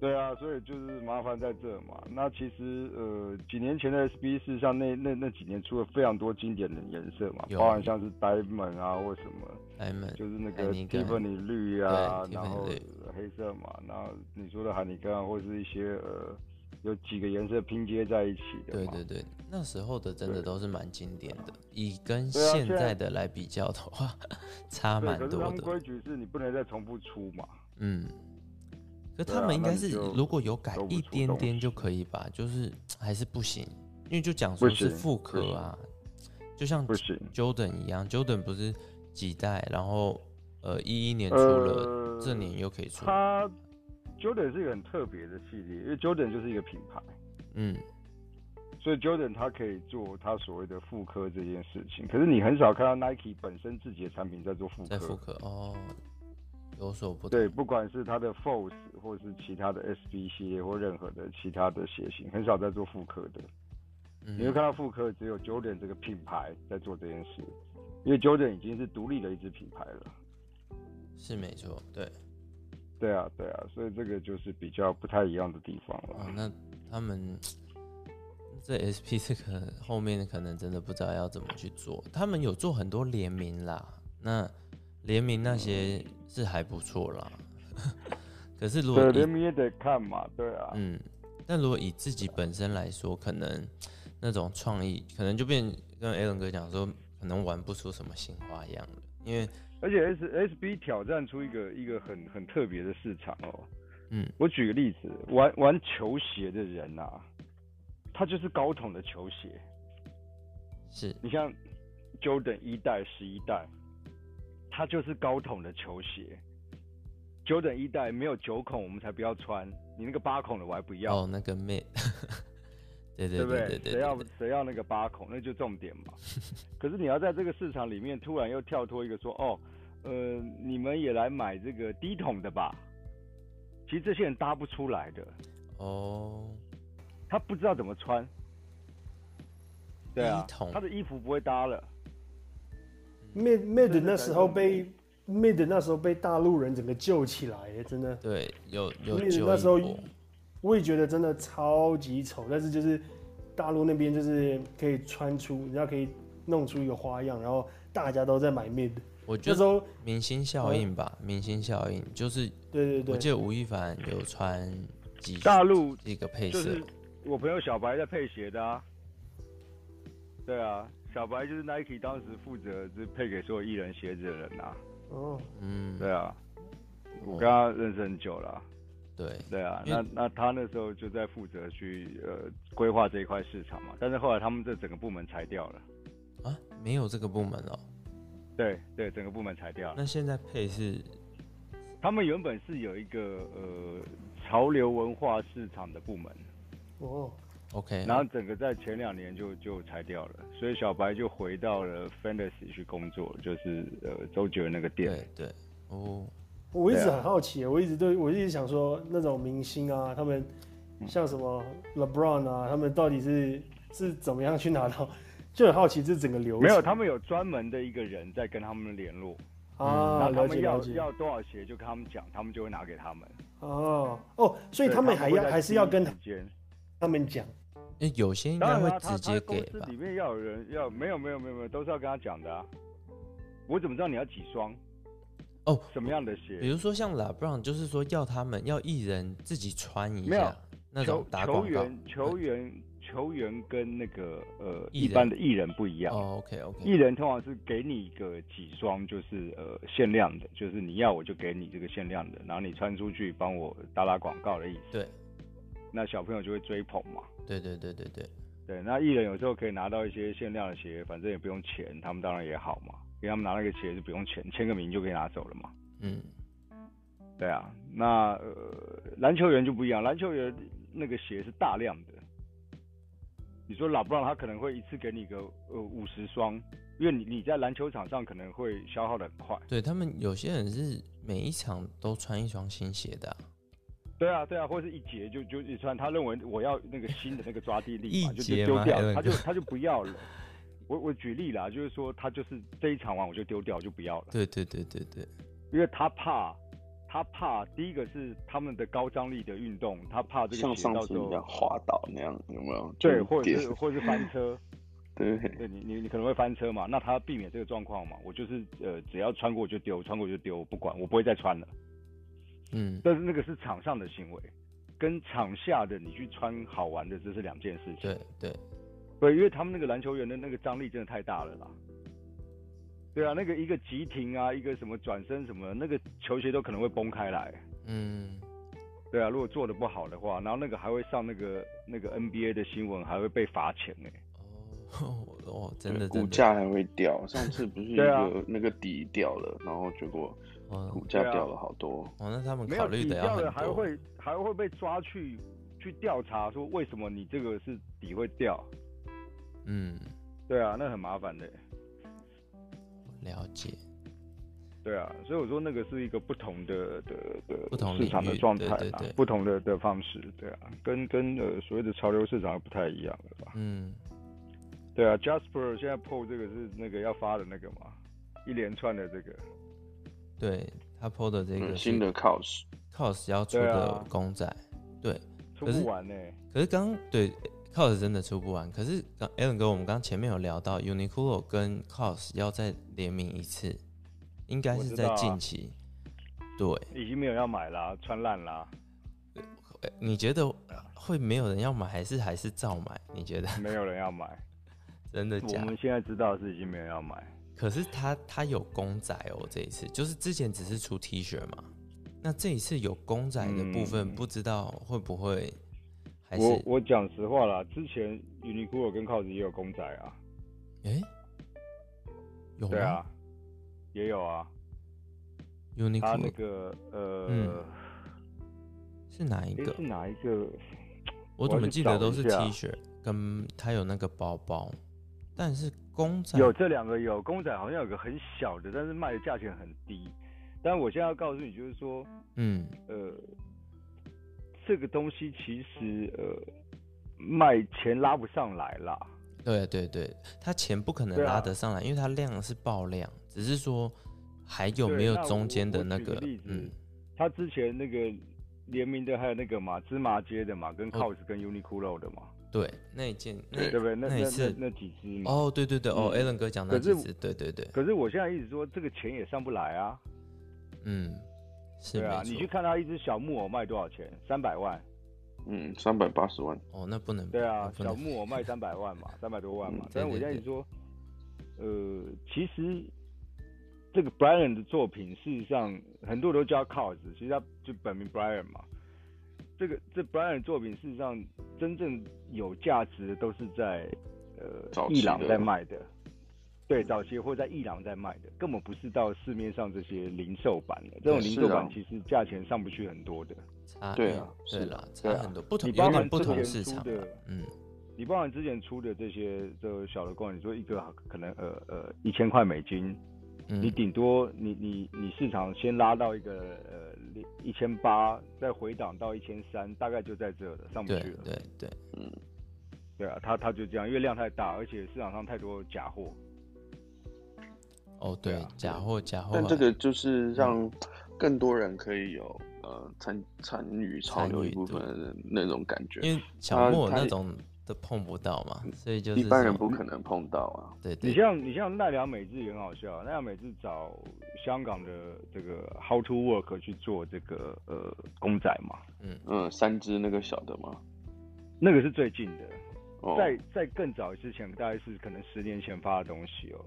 Speaker 4: 对啊，所以就是麻烦在这嘛。那其实呃，几年前的 SB 事实上那那那几年出了非常多经典的颜色嘛，
Speaker 1: 有
Speaker 4: 包含像是 Diamond 啊或什么，
Speaker 1: 艾们
Speaker 4: 就是那
Speaker 1: 海
Speaker 4: 个
Speaker 1: 尼根
Speaker 4: Tiffany 绿啊，
Speaker 1: 对
Speaker 4: 然后
Speaker 1: Tiffany 绿
Speaker 4: 黑色嘛，然后你说的海尼根啊，或是一些呃有几个颜色拼接在一起的
Speaker 1: 对
Speaker 4: 嘛。
Speaker 1: 对对，那时候的真的
Speaker 4: 对
Speaker 1: 都是蛮经典的，以跟
Speaker 4: 对啊
Speaker 1: 现
Speaker 4: 现在
Speaker 1: 在的来比较的话， 差蛮
Speaker 4: 可是他
Speaker 1: 多
Speaker 4: 们
Speaker 1: 的。
Speaker 4: 规矩是你不能再重复出嘛。
Speaker 1: 嗯，可
Speaker 4: 对
Speaker 1: 他
Speaker 4: 啊
Speaker 1: 们应
Speaker 4: 那
Speaker 1: 该
Speaker 4: 你
Speaker 1: 是
Speaker 4: 就
Speaker 1: 如果有改
Speaker 4: 都不
Speaker 1: 一
Speaker 4: 出
Speaker 1: 点
Speaker 4: 东
Speaker 1: 点就
Speaker 4: 西
Speaker 1: 可以吧，就是还是不行，因为就讲说是
Speaker 4: 行
Speaker 1: 复
Speaker 4: 不
Speaker 1: 刻啊，就像
Speaker 4: 不行。
Speaker 1: Jordan 一样，Jordan 不是几代，然后呃一一年出了，
Speaker 4: 呃，
Speaker 1: 这年又可以出，
Speaker 4: 它 Jordan 是一个很特别的系列，因为 Jordan 就是一个品牌，
Speaker 1: 嗯，
Speaker 4: 所以 Jordan 它可以做它所谓的复刻这件事情。可是你很少看到 Nike 本身自己的产品在做复
Speaker 1: 再复
Speaker 4: 刻，
Speaker 1: 刻哦，有所不同，
Speaker 4: 对，不管是它的 Force 或是其他的 SB 系列或任何的其他的鞋型，很少在做复刻的。
Speaker 1: 嗯
Speaker 4: 你会看到复刻只有 Jordan 这个品牌在做这件事，因为 Jordan 已经是独立的一支品牌了。
Speaker 1: 是没错，对，
Speaker 4: 对啊，对啊，所以这个就是比较不太一样的地方
Speaker 1: 哦，
Speaker 4: 了。
Speaker 1: 那他们这 SP 这个后面可能真的不知道要怎么去做。他们有做很多联名啦，那联名那些是还不错啦。 可是如果
Speaker 4: 对，
Speaker 1: 以
Speaker 4: 联名也得看嘛，对啊，
Speaker 1: 嗯，但如果以自己本身来说，可能那种创意可能就变跟 a l n 哥讲说，可能玩不出什么新花样了，因为
Speaker 4: 而且 S SB 挑战出一个一个很很特别的市场哦。
Speaker 1: 嗯
Speaker 4: 我举个例子，玩玩球鞋的人呐、啊，他就是高筒的球鞋。
Speaker 1: 是
Speaker 4: 你像 Jordan 一代、十一代，它就是高筒的球鞋。Jordan 一代没有九孔，我们才不要穿。你那个八孔的我还不要，
Speaker 1: 哦那个 Mate，对对
Speaker 4: 对不
Speaker 1: 对对
Speaker 4: 谁要
Speaker 1: 对，
Speaker 4: 谁要那个八孔，那就重点嘛。 可是你要在这个市场里面突然又跳脱一个说，哦，呃，你们也来买这个低筒的吧。其实这些人搭不出来的，
Speaker 1: 哦，
Speaker 4: 他不知道怎么穿。对啊
Speaker 1: 低筒，
Speaker 4: 他的衣服不会搭了。
Speaker 3: Mid Mid 那时候被 Mid 那时候被大陆人整个救起来耶，真的，
Speaker 1: 对，有有
Speaker 3: Mid
Speaker 1: 救
Speaker 3: 那时候
Speaker 1: 一波
Speaker 3: 我也觉得真的超级丑，但是就是大陆那边就是可以穿出，人家可以弄出一个花样，然后大家都在买 Mid，
Speaker 1: 我觉
Speaker 3: 那
Speaker 1: 得
Speaker 3: 时候嗯
Speaker 1: 明星效应吧，明星效应就是，
Speaker 3: 对
Speaker 1: 我
Speaker 3: 对
Speaker 1: 记得
Speaker 3: 对，
Speaker 1: 吴亦凡有穿几
Speaker 4: 大陆
Speaker 1: 一个配
Speaker 4: 就
Speaker 1: 色
Speaker 4: 是，我朋友小白在配鞋的啊。对啊，小白就是 Nike 当时负责就是配给所有艺人鞋子的人啊。
Speaker 3: 哦，
Speaker 1: 嗯，
Speaker 4: 对啊，
Speaker 1: 哦
Speaker 4: 我跟他认识很久了啊。
Speaker 1: 对，
Speaker 4: 对啊，
Speaker 1: 因为
Speaker 4: 那那他那时候就在负责去呃规划这一块市场嘛，但是后来他们这整个部门裁掉了。
Speaker 1: 啊，没有这个部门哦。
Speaker 4: 对对，整个部门裁掉了。
Speaker 1: 那现在配是
Speaker 4: 他们原本是有一个呃潮流文化市场的部门，
Speaker 3: 哦，
Speaker 1: OK，
Speaker 4: 然后整个在前两年就就裁掉了，所以小白就回到了 Fantasy 去工作，就是呃周杰伦那个店。
Speaker 1: 对对哦，
Speaker 3: 我一直
Speaker 4: 对啊
Speaker 3: 很好奇耶，我一直对我一直想说那种明星啊，他们像什么 LeBron 啊，他们到底是是怎么样去拿到，就很好奇这整个流程。
Speaker 4: 没有，他们有专门的一个人在跟他们联络，
Speaker 3: 啊，
Speaker 4: 然后
Speaker 3: 了
Speaker 4: 嗯他
Speaker 3: 解
Speaker 4: 们
Speaker 3: 了
Speaker 4: 要
Speaker 3: 解。
Speaker 4: 要多少鞋就跟他们讲，他们就会拿给他们。
Speaker 3: 哦哦，所以
Speaker 4: 对
Speaker 3: 他们还
Speaker 4: 会
Speaker 3: 要
Speaker 4: 在
Speaker 3: 还是
Speaker 4: 第一
Speaker 3: 要跟
Speaker 4: 时间
Speaker 3: 他们讲
Speaker 1: 那有些应
Speaker 4: 当
Speaker 1: 该
Speaker 4: 然
Speaker 1: 会
Speaker 4: 啊他
Speaker 1: 直接
Speaker 4: 他公
Speaker 1: 给
Speaker 4: 司
Speaker 1: 吧
Speaker 4: 里？面要有人要没有没有没有没有都是要跟他讲的啊。我怎么知道你要几双？
Speaker 1: 哦，
Speaker 4: 什么样的
Speaker 1: 比
Speaker 4: 鞋？
Speaker 1: 如说像 LeBron，就是说要他们要艺人自己穿一
Speaker 4: 没
Speaker 1: 下
Speaker 4: 有
Speaker 1: 那种
Speaker 4: 球
Speaker 1: 打
Speaker 4: 球
Speaker 1: 广告。
Speaker 4: 员球员球员跟那个呃
Speaker 1: 艺
Speaker 4: 一
Speaker 1: 人
Speaker 4: 般的艺人不一样。
Speaker 1: 哦，OK
Speaker 4: 艺
Speaker 1: OK，
Speaker 4: 人通常是给你一个几双，就是呃限量的，就是你要我就给你这个限量的，然后你穿出去帮我打打广告的意思。
Speaker 1: 对
Speaker 4: 那小朋友就会追捧嘛。
Speaker 1: 对对对对对，
Speaker 4: 对，那艺人有时候可以拿到一些限量的鞋，反正也不用钱，他们当然也好嘛，给他们拿那个鞋是不用钱，签个名就可以拿走了嘛。
Speaker 1: 嗯，
Speaker 4: 对啊，那呃篮球员就不一样，篮球员那个鞋是大量的。你说老布朗他可能会一次给你个呃五十双，因为你你在篮球场上可能会消耗的很快。
Speaker 1: 对他们有些人是每一场都穿一双新鞋的啊、
Speaker 4: 对啊，对啊，或者是一节就就一穿，他认为我要那个新的那个抓地力 嘛，
Speaker 1: 一
Speaker 4: 就
Speaker 1: 节哎
Speaker 4: 就丢
Speaker 1: 吗还有
Speaker 4: 掉，他就他就不要了。我我举例啦，就是说他就是这一场完我就丢掉，我就不要了，
Speaker 1: 对对对对对，
Speaker 4: 因为他怕，他怕第一个是他们的高张力的运动，他怕这
Speaker 2: 像
Speaker 4: 个鞋
Speaker 2: 上嗯
Speaker 4: 到
Speaker 2: 次
Speaker 4: 时
Speaker 2: 一样
Speaker 4: 候
Speaker 2: 滑倒那样，有没有？
Speaker 4: 对，
Speaker 2: 就
Speaker 4: 或者
Speaker 2: 跌
Speaker 4: 是或者是翻车，
Speaker 2: 对，
Speaker 4: 对你你你可能会翻车嘛，那他避免这个状况嘛，我就是呃只要穿过我就丢，穿过我就丢，我不管，我不会再穿了。
Speaker 1: 嗯，
Speaker 4: 但是那个是场上的行为，跟场下的你去穿好玩的这是两件事情。
Speaker 1: 对对，
Speaker 4: 对，因为他们那个篮球员的那个张力真的太大了啦。对啊，那个一个急停啊，一个什么转身什么的，那个球鞋都可能会崩开来。
Speaker 1: 嗯，
Speaker 4: 对啊，如果做的不好的话，然后那个还会上那个那个 NBA 的新闻，还会被罚钱哎、
Speaker 1: 哦，哦 哦，真的
Speaker 2: 股
Speaker 1: 真的，
Speaker 2: 价还会掉。上次不是一
Speaker 4: 对啊
Speaker 2: 个那个底掉了，然后结果
Speaker 1: 哦
Speaker 2: 股价
Speaker 4: 对啊
Speaker 2: 掉了好多。
Speaker 1: 哦，那他们
Speaker 4: 没
Speaker 1: 考
Speaker 4: 有
Speaker 1: 虑
Speaker 4: 抵
Speaker 1: 的要
Speaker 4: 掉
Speaker 1: 很多，
Speaker 4: 的还会还会被抓去去调查，说为什么你这个是底会掉？
Speaker 1: 嗯，
Speaker 4: 对啊，那很麻烦的。
Speaker 1: 了解，
Speaker 4: 对啊，所以我说那个是一个不同的的的
Speaker 1: 不同
Speaker 4: 市
Speaker 1: 领
Speaker 4: 场的
Speaker 1: 域
Speaker 4: 状态
Speaker 1: 对
Speaker 4: 啦，
Speaker 1: 对对
Speaker 4: 不同的的方式，对啊，跟跟呃所谓的潮流市场还不太一样了吧？
Speaker 1: 嗯，
Speaker 4: 对啊，Jasper 现在 PO 这个是那个要发的那个嘛，一连串的这个，
Speaker 1: 对他 PO 的这
Speaker 2: 嗯，
Speaker 1: 个
Speaker 2: 新的 cos
Speaker 1: cos 要出
Speaker 4: 对啊
Speaker 1: 的公仔，对，
Speaker 4: 出
Speaker 1: 可是
Speaker 4: 不完欸呢、
Speaker 1: 可是刚对 cos 真的出不完，可是刚 Alan 哥，我们刚前面有聊到 Uniqlo 跟 cos 要再联名一次，应该
Speaker 4: 我
Speaker 1: 是
Speaker 4: 知
Speaker 1: 在
Speaker 4: 道啊
Speaker 1: 近期，对。
Speaker 4: 已经没有人要买啦、穿烂啦、
Speaker 1: 呃你觉得会没有人要买，还是还是照买？你觉得
Speaker 4: 没有人要买。
Speaker 1: 真的
Speaker 4: 我
Speaker 1: 假的
Speaker 4: 们现在知道是已经没有人要买，
Speaker 1: 可是他他有公仔哦，这一次就是之前只是出 T 恤嘛，那这一次有公仔的部分，
Speaker 4: 嗯
Speaker 1: 不知道会不会还是
Speaker 4: 我我讲实话啦，之前 Uniqlo 跟 COS 也有公仔啊，
Speaker 1: 哎、有
Speaker 4: 对
Speaker 1: 吗
Speaker 4: 啊，也有啊，他
Speaker 1: ？Uniqlo、
Speaker 4: 那个呃。
Speaker 1: 嗯是哪一
Speaker 4: 诶
Speaker 1: 个
Speaker 4: 是？哪一个？
Speaker 1: 我怎
Speaker 4: 要
Speaker 1: 么
Speaker 4: 去
Speaker 1: 记得
Speaker 4: 找
Speaker 1: 都
Speaker 4: 一
Speaker 1: 是 T
Speaker 4: 下啊
Speaker 1: 恤，跟他有那个包包，但是公仔
Speaker 4: 有这两个有公仔，好像有个很小的，但是卖的价钱很低。但我现在要告诉你，就是说，
Speaker 1: 嗯
Speaker 4: 呃，这个东西其实呃，卖钱拉不上来啦。
Speaker 1: 对对对，他钱不可能
Speaker 4: 对啊
Speaker 1: 拉得上来，因为它量是爆量，只是说还有
Speaker 4: 对
Speaker 1: 没有
Speaker 4: 那
Speaker 1: 中
Speaker 4: 我
Speaker 1: 间的
Speaker 4: 我
Speaker 1: 那
Speaker 4: 举个
Speaker 1: 个
Speaker 4: 例子
Speaker 1: 嗯，
Speaker 4: 他之前那个联名的还有那个嘛，芝麻街的嘛，跟
Speaker 1: 哦
Speaker 4: COS 跟 Uniqlo 的嘛，
Speaker 1: 对那一件那
Speaker 4: 对不对？那
Speaker 1: 那
Speaker 4: 那
Speaker 1: 一
Speaker 4: 那
Speaker 1: 次
Speaker 4: 那几只嘛。
Speaker 1: 哦对对对哦
Speaker 4: 嗯
Speaker 1: ，Allen 哥讲那
Speaker 4: 可
Speaker 1: 几
Speaker 4: 是
Speaker 1: 次，对对对，
Speaker 4: 可是我现在一直说这个钱也上不来啊，
Speaker 1: 嗯是
Speaker 4: 对
Speaker 1: 没
Speaker 4: 啊，你去
Speaker 1: 错
Speaker 4: 看他一只小木偶卖多少钱？三百万。
Speaker 2: 嗯，三百八十万。
Speaker 1: 哦那不能
Speaker 4: 对
Speaker 1: 那
Speaker 4: 啊，
Speaker 1: 不
Speaker 4: 小
Speaker 1: 能
Speaker 4: 木偶卖三百万嘛，三百多万嘛
Speaker 1: 嗯。
Speaker 4: 但是
Speaker 1: 对
Speaker 4: 我
Speaker 1: 对
Speaker 4: 现在
Speaker 1: 对
Speaker 4: 一直说，呃，其实这个 Brian 的作品，事实上很多都叫 Cos，其实他就本名 Brian 嘛。这个这 Brian 的作品，事实上真正有价值的都是在呃
Speaker 2: 早期
Speaker 4: 伊朗
Speaker 2: 的
Speaker 4: 在卖的，对，早期或在伊朗在卖的，根本不是到市面上这些零售版的。这种
Speaker 2: 对
Speaker 4: 零
Speaker 2: 是
Speaker 4: 售
Speaker 2: 啊
Speaker 4: 版其实价钱上不去很多的。
Speaker 1: 差
Speaker 2: 对
Speaker 1: 异
Speaker 2: 啊
Speaker 1: 对
Speaker 2: 是
Speaker 1: 啦
Speaker 4: 对
Speaker 1: 差
Speaker 4: 啊
Speaker 1: 很多不同
Speaker 4: 你
Speaker 1: 有
Speaker 4: 包
Speaker 1: 点
Speaker 4: 含
Speaker 1: 不
Speaker 4: 之
Speaker 1: 同
Speaker 4: 前
Speaker 1: 市
Speaker 4: 出
Speaker 1: 场啦
Speaker 4: 的
Speaker 1: 嗯
Speaker 4: 你包含之前出的这些这小的公园，你说一个可能呃呃一千块美金，你
Speaker 1: 嗯
Speaker 4: 顶多你你你市场先拉到一个呃一千八，再回档到一千三，大概就在这了，上不
Speaker 1: 对
Speaker 4: 去了。
Speaker 1: 对对
Speaker 2: 嗯，
Speaker 4: 对啊，它它就这样，因为量太大，而且市场上太多假货。
Speaker 1: 哦
Speaker 4: 对
Speaker 1: 对
Speaker 4: 啊
Speaker 1: 假货假货
Speaker 2: 但
Speaker 1: 啊
Speaker 2: 这个就是让更多人可以有呃参参与潮流
Speaker 1: 参与
Speaker 2: 一部分的那种感觉，
Speaker 1: 因为小
Speaker 2: 它
Speaker 1: 木偶
Speaker 2: 它
Speaker 1: 那种都碰不到嘛，所以就是
Speaker 2: 一般人
Speaker 1: 说
Speaker 2: 不可能碰到啊。
Speaker 1: 对对
Speaker 4: 你像你像奈良美智也很好笑，奈良美智找香港的这个 How to Work 去做这个呃公仔嘛，
Speaker 2: 嗯，三只那个小的嘛，
Speaker 4: 那个是最近的，
Speaker 2: 哦，
Speaker 4: 在在更早之前，大概是可能十年前发的东西哦。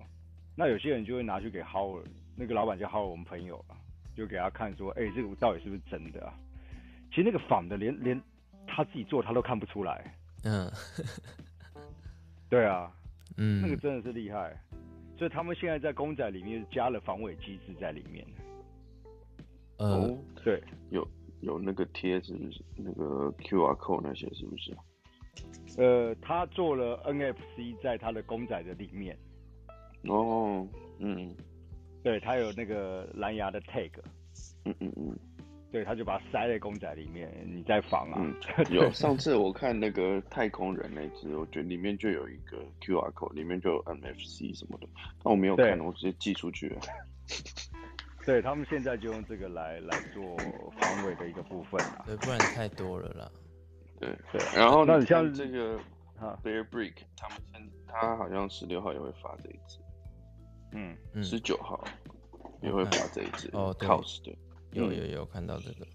Speaker 4: 那有些人就会拿去给 Howard，那个老板叫 Howard，我们朋友啊，就给他看说，哎、这个到底是不是真的啊？其实那个仿的连连他自己做他都看不出来。
Speaker 1: 嗯
Speaker 4: 对啊，
Speaker 1: 嗯
Speaker 4: 那个真的是厉害。所以他们现在在公仔里面加了防伪机制在里面。
Speaker 1: 呃
Speaker 2: 哦，
Speaker 4: 对，
Speaker 2: 有有那个贴是不是？那个 QR code 那些是不是？
Speaker 4: 呃，他做了 NFC 在他的公仔的里面，
Speaker 2: 哦，嗯
Speaker 4: 对他有那个蓝牙的 tag，
Speaker 2: 嗯嗯嗯
Speaker 4: 对，他就把它塞在公仔里面，你在仿啊。
Speaker 2: 嗯，有。上次我看那个太空人那只，我觉得里面就有一个 QR code，里面就有 NFC 什么的，但我没有
Speaker 4: 对
Speaker 2: 看，我直接寄出去了。
Speaker 4: 对他们现在就用这个来来做防伪的一个部分啊。
Speaker 1: 对，不然太多了啦。
Speaker 2: 对，
Speaker 4: 对啊，
Speaker 2: 然后
Speaker 4: 那
Speaker 2: 你
Speaker 4: 你像
Speaker 2: 看这个
Speaker 4: 啊
Speaker 2: Bear Brick，他们现他好像十六号也会发这一只，
Speaker 4: 嗯，
Speaker 1: 嗯，
Speaker 2: 十九号也会发这一只。
Speaker 1: 哦对
Speaker 2: cos 的，
Speaker 1: 有
Speaker 2: 嗯
Speaker 1: 有有看到这个，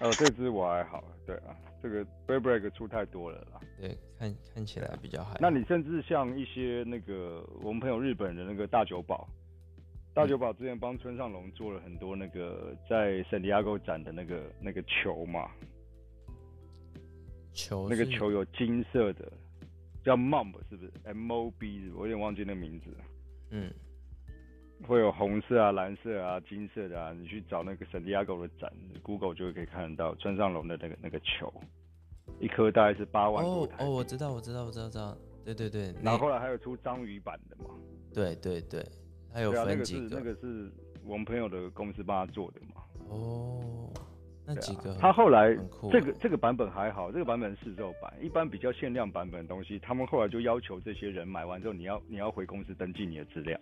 Speaker 4: 哦，这只我还好，对啊，这个 b r e Break 出太多了啦。
Speaker 1: 对，看看起来比较还好。
Speaker 4: 那你甚至像一些那个我们朋友日本的那个大久保，大久保之前帮村上隆做了很多那个在圣地亚哥展的那个那个球嘛，
Speaker 1: 球
Speaker 4: 那个
Speaker 1: 哦是
Speaker 4: 球有金色的，叫 Mob 是不是？M O B 是不是我有点忘记那个名字了。
Speaker 1: 嗯，
Speaker 4: 会有红色啊、蓝色啊、金色的啊，你去找那个 San Diego 的展，Google 就可以看得到村上龙的那个那个球，一颗大概是八万多
Speaker 1: 哦
Speaker 4: 台
Speaker 1: 哦，
Speaker 4: 币。
Speaker 1: 我知道，我知道，我知道，知道，对对对，
Speaker 4: 然
Speaker 1: 那
Speaker 4: 后后来还有出章鱼版的嘛？
Speaker 1: 对对对，它有
Speaker 4: 对啊，那
Speaker 1: 分
Speaker 4: 个
Speaker 1: 几
Speaker 4: 是那个是我们朋友的公司帮他做的嘛。
Speaker 1: 哦，那
Speaker 4: 对
Speaker 1: 几
Speaker 4: 啊
Speaker 1: 个很
Speaker 4: 他后来
Speaker 1: 很酷
Speaker 4: 这个
Speaker 1: 欸
Speaker 4: 这个版本还好，这个版本是试售版，一般比较限量版本的东西，他们后来就要求这些人买完之后，你要你要回公司登记你的资料，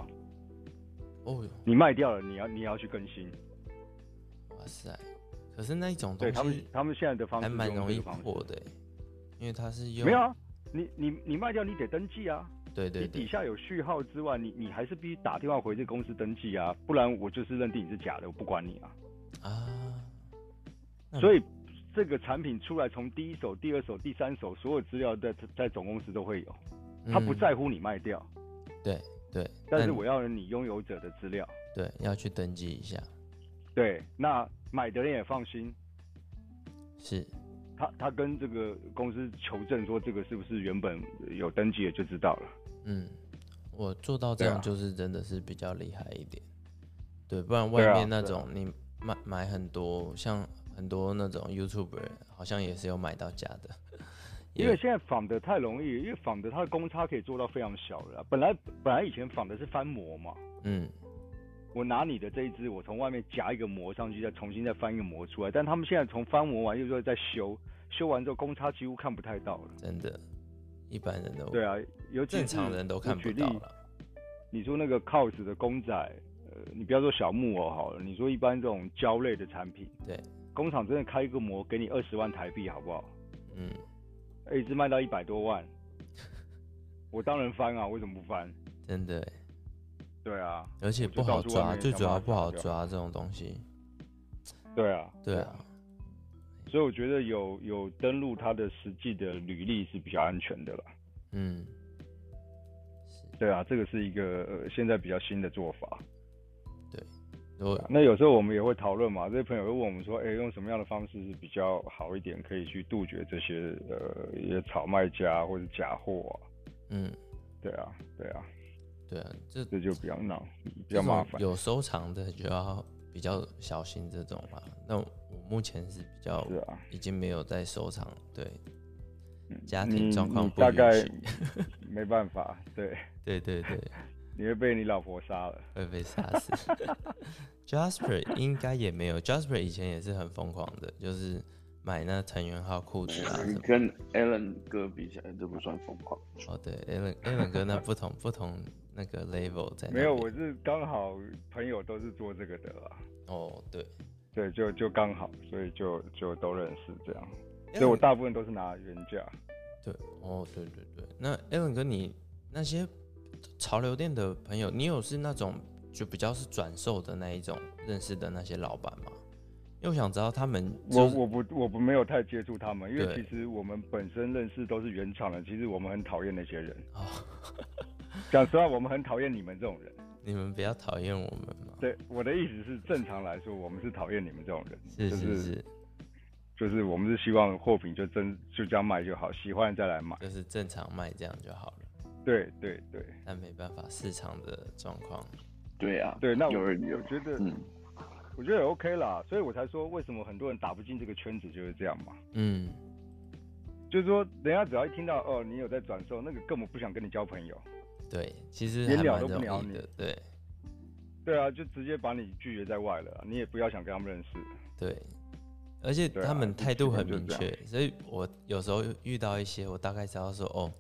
Speaker 1: 哦哟，
Speaker 4: 你卖掉了，你要你要去更新。
Speaker 1: 哇塞！可是那一种
Speaker 4: 对
Speaker 1: 东
Speaker 4: 他们
Speaker 1: 西
Speaker 4: 他们现在的方式
Speaker 1: 还蛮
Speaker 4: 就用
Speaker 1: 容
Speaker 4: 这
Speaker 1: 易
Speaker 4: 个方式
Speaker 1: 破的欸，因为它是用
Speaker 4: 没有啊，你你你卖掉你得登记啊，
Speaker 1: 对对
Speaker 4: 你底
Speaker 1: 对
Speaker 4: 下有序号之外，你你还是必须打电话回这公司登记啊，不然我就是认定你是假的，我不管你啊。
Speaker 1: 啊，那
Speaker 4: 所以这个产品出来，从第一手、第二手、第三手，所有资料在在总公司都会有，他不
Speaker 1: 嗯
Speaker 4: 在乎你卖掉，
Speaker 1: 对对，
Speaker 4: 但是
Speaker 1: 那
Speaker 4: 我要你拥有者的资料。
Speaker 1: 对要去登记一下，
Speaker 4: 对，那买的人也放心，
Speaker 1: 是
Speaker 4: 他他跟这个公司求证说这个是不是原本有登记的就知道了。
Speaker 1: 嗯，我做到这
Speaker 4: 对啊
Speaker 1: 样就是真的是比较厉害一点，对，不然
Speaker 4: 对
Speaker 1: 外
Speaker 4: 啊
Speaker 1: 面那
Speaker 4: 对啊
Speaker 1: 种你买买很多，像很多那种 YouTuber 好像也是有买到假的，
Speaker 4: 因为现在仿的太容易，因为仿的它的公差可以做到非常小了啊。本来本来以前仿的是翻模嘛，
Speaker 1: 嗯，
Speaker 4: 我拿你的这一只，我从外面夹一个模上去，再重新再翻一个模出来。但他们现在从翻模完又说在修，修完之后公差几乎看不太到了。
Speaker 1: 真的，一般人都
Speaker 4: 对啊，尤其是
Speaker 1: 哦正常人都
Speaker 4: 我
Speaker 1: 看不
Speaker 4: 举例
Speaker 1: 到了，
Speaker 4: 你说那个 COS 的公仔，呃，你不要说小木偶好了，你说一般这种胶类的产品，
Speaker 1: 对，
Speaker 4: 工厂真的开一个模给你二十万台币，好不好？
Speaker 1: 嗯，
Speaker 4: 哎一只卖到一百多万， 我当然翻啊，为什么不翻？
Speaker 1: 真的欸，
Speaker 4: 对啊，
Speaker 1: 而且
Speaker 4: 我就
Speaker 1: 不
Speaker 4: 到
Speaker 1: 好
Speaker 4: 处外
Speaker 1: 抓，
Speaker 4: 面
Speaker 1: 最
Speaker 4: 想
Speaker 1: 主
Speaker 4: 办
Speaker 1: 要
Speaker 4: 法
Speaker 1: 不好
Speaker 4: 找
Speaker 1: 抓这种东西，
Speaker 4: 对啊，
Speaker 1: 对啊，
Speaker 4: 所以我觉得有有登录他的实际的履历是比较安全的了。
Speaker 1: 嗯，
Speaker 4: 对啊，这个是一个、呃、现在比较新的做法。
Speaker 1: 如果
Speaker 4: 那有时候我们也会讨论嘛，这些朋友会问我们说，哎、用什么样的方式是比较好一点，可以去杜绝这些呃一些炒卖家或者假货、啊？
Speaker 1: 嗯，
Speaker 4: 对啊，对啊，
Speaker 1: 对啊，这
Speaker 4: 这就比较闹，比
Speaker 1: 这
Speaker 4: 较
Speaker 1: 种
Speaker 4: 麻烦。
Speaker 1: 有收藏的就要比较小心这种啦。那我目前是比较
Speaker 4: 是啊，
Speaker 1: 已经没有在收藏，对，
Speaker 4: 嗯
Speaker 1: 家庭状况
Speaker 4: 你
Speaker 1: 不
Speaker 4: 大概
Speaker 1: 允许。
Speaker 4: 没办法，对，
Speaker 1: 对对对，
Speaker 4: 你会被你老婆杀了。
Speaker 1: 会被杀死。Jasper 应该也没有，Jasper 以前也是很疯狂的，就是买那藤原浩裤子啊什么。
Speaker 2: 跟 Alan 哥比起来，这不算疯狂。
Speaker 1: 哦，对，Alan Alan 哥那不同不同那个 level 在那
Speaker 4: 没有，
Speaker 1: 边
Speaker 4: 我是刚好朋友都是做这个的啦。
Speaker 1: 哦，对，
Speaker 4: 对，就就刚好，所以就就都认识这样，所以
Speaker 1: Alan
Speaker 4: 我大部分都是拿原价。
Speaker 1: 对，哦，对对对。那 Alan 哥，你那些潮流店的朋友，你有是那种就比较是转售的那一种认识的那些老板吗？因为我想知道他们、就
Speaker 4: 我
Speaker 1: 是
Speaker 4: 我不我不没有太接触他们，因为
Speaker 1: 对
Speaker 4: 其实我们本身认识都是原厂的，其实我们很讨厌那些人。
Speaker 1: 哦，
Speaker 4: 讲实话，我们很讨厌你们这种人。
Speaker 1: 你们不要讨厌我们嘛。
Speaker 4: 对，我的意思是，正常来说，我们是讨厌你们这种人，
Speaker 1: 是
Speaker 4: 就是是
Speaker 1: 是，
Speaker 4: 就是我们是希望货品就真就这样卖就好，喜欢再来买。
Speaker 1: 就是正常卖这样就好了。
Speaker 4: 对对对
Speaker 1: 但没办法，市场的状况，
Speaker 2: 对啊，
Speaker 4: 对，那我
Speaker 2: 有人有
Speaker 4: 我，觉得、
Speaker 2: 嗯，
Speaker 4: 我觉得也 OK 啦，所以我才说为什么很多人打不进这个圈子就是这样嘛。
Speaker 1: 嗯，
Speaker 4: 就是说，人家只要一听到哦，你有在转售，那个根本不想跟你交朋友。
Speaker 1: 对，其实
Speaker 4: 连
Speaker 1: 还
Speaker 4: 聊
Speaker 1: 蛮
Speaker 4: 都不
Speaker 1: 容
Speaker 4: 聊
Speaker 1: 易
Speaker 4: 你
Speaker 1: 的，对
Speaker 4: 对啊，就直接把你拒绝在外了，啊你也不要想跟他们认识。
Speaker 1: 对。而且
Speaker 4: 对
Speaker 1: 他
Speaker 4: 啊
Speaker 1: 们
Speaker 4: 就
Speaker 1: 态
Speaker 4: 基
Speaker 1: 度
Speaker 4: 本
Speaker 1: 很
Speaker 4: 就
Speaker 1: 明
Speaker 4: 这样
Speaker 1: 确，所以我有时候遇到一些，我大概知道说，哦，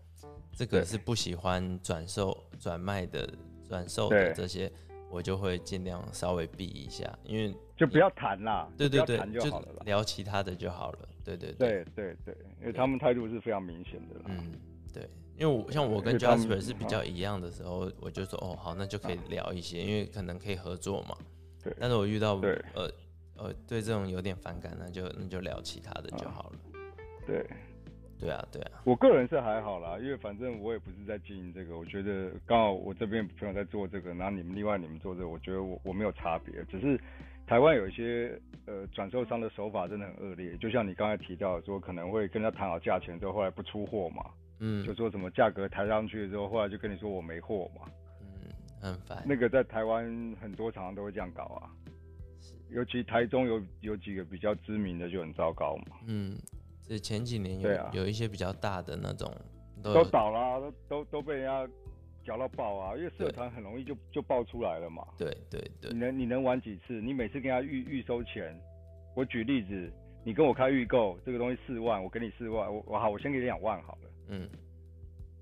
Speaker 1: 这个
Speaker 4: 对
Speaker 1: 是不喜欢转售、转卖的、转售
Speaker 4: 对
Speaker 1: 的这些，我就会尽量稍微避一下，因为
Speaker 4: 就不要谈啦，
Speaker 1: 对对
Speaker 4: 就不
Speaker 1: 对
Speaker 4: 要谈，就好了啦。
Speaker 1: 聊其他的就好了。对对对，
Speaker 4: 对对对，因为他们态度是非常明显的啦。
Speaker 1: 嗯，对，因为我像我
Speaker 4: 因
Speaker 1: 跟
Speaker 4: 为他们嗯
Speaker 1: Jasper 是比较一样的时候，我就说哦好，那就可以聊一些，因为可能可以合作嘛。
Speaker 4: 对
Speaker 1: 但是我遇到
Speaker 4: 对
Speaker 1: 呃呃对这种有点反感，那就那就聊其他的
Speaker 4: 嗯
Speaker 1: 就好了。
Speaker 4: 对
Speaker 1: 对啊对啊，
Speaker 4: 我个人是还好啦，因为反正我也不是在经营这个，我觉得刚好我这边朋友在做这个，然后你们另外你们做这个，我觉得我我没有差别，只是台湾有一些呃转售商的手法真的很恶劣，就像你刚才提到的说可能会跟他谈好价钱之后，后来不出货嘛，
Speaker 1: 嗯
Speaker 4: 就说什么价格抬上去之后，后来就跟你说我没货嘛。
Speaker 1: 嗯，很烦。
Speaker 4: 那个在台湾很多厂商都会这样搞啊，尤其台中有有几个比较知名的就很糟糕嘛，
Speaker 1: 嗯，这前几年有、
Speaker 4: 对啊
Speaker 1: 有一些比较大的那种都
Speaker 4: 都
Speaker 1: 有
Speaker 4: 倒啦，都都都被人家搅到爆啊，因为社
Speaker 1: 对
Speaker 4: 团很容易就就爆出来了嘛。
Speaker 1: 对对对
Speaker 4: 你，能你能玩几次？你每次跟他预预收钱，我举例子，你跟我开预购这个东西四万，我给你四万，我我好，我先给你两万好了。
Speaker 1: 嗯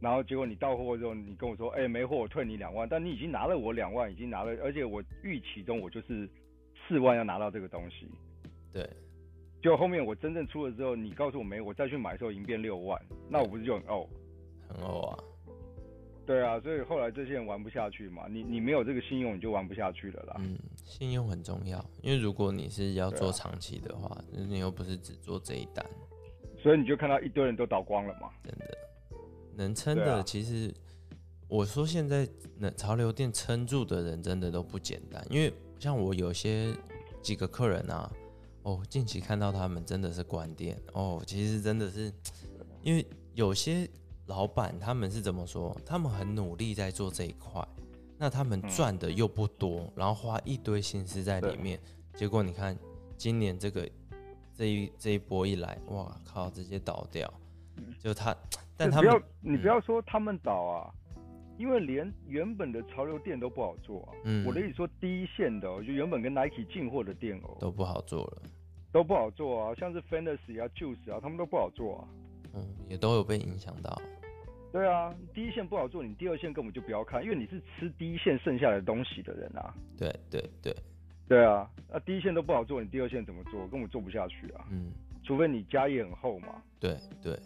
Speaker 4: 然后结果你到货之后，你跟我说，哎、没货，我退你两万，但你已经拿了我两万，已经拿了，而且我预期中我就是四万要拿到这个东西，
Speaker 1: 对，
Speaker 4: 结果后面我真正出了之后，你告诉我没，我再去买的时候已经变六万，那我不是就很哦？
Speaker 1: 很偶啊，
Speaker 4: 对啊，所以后来这些人玩不下去嘛，你你没有这个信用你就玩不下去了啦。
Speaker 1: 嗯，信用很重要，因为如果你是要
Speaker 4: 啊对啊
Speaker 1: 做长期的话，你又不是只做这一单，
Speaker 4: 所以你就看到一堆人都倒光了嘛。
Speaker 1: 真的能撑
Speaker 4: 对啊
Speaker 1: 的，其实、我说现在能潮流店撑住的人真的都不简单，因为像我有些几个客人啊，哦，近期看到他们真的是关店哦，其实真的是因为有些老板他们是怎么说？他们很努力在做这一块，那他们
Speaker 4: 嗯
Speaker 1: 赚的又不多，然后花一堆心思在里
Speaker 4: 对
Speaker 1: 面，结果你看今年这个这一这一波一来，哇靠，直接倒掉。就他，但
Speaker 4: 嗯就
Speaker 1: 他们
Speaker 4: 不
Speaker 1: 嗯
Speaker 4: 要你不要说他们倒啊，因为连原本的潮流店都不好做啊。
Speaker 1: 嗯
Speaker 4: 我的意思说第一线的、哦，就原本跟 Nike 进货的店哦，
Speaker 1: 都不好做了，
Speaker 4: 都不好做啊，像是 Fantasy 啊、Juice 啊，他们都不好做啊。
Speaker 1: 嗯，也都有被影响到。
Speaker 4: 对啊，第一线不好做，你第二线根本就不要看，因为你是吃第一线剩下的东西的人啊。
Speaker 1: 对对对，
Speaker 4: 对啊，那、第一线都不好做，你第二线怎么做？根本做不下去啊，
Speaker 1: 嗯，
Speaker 4: 除非你家业很厚嘛。
Speaker 1: 对对，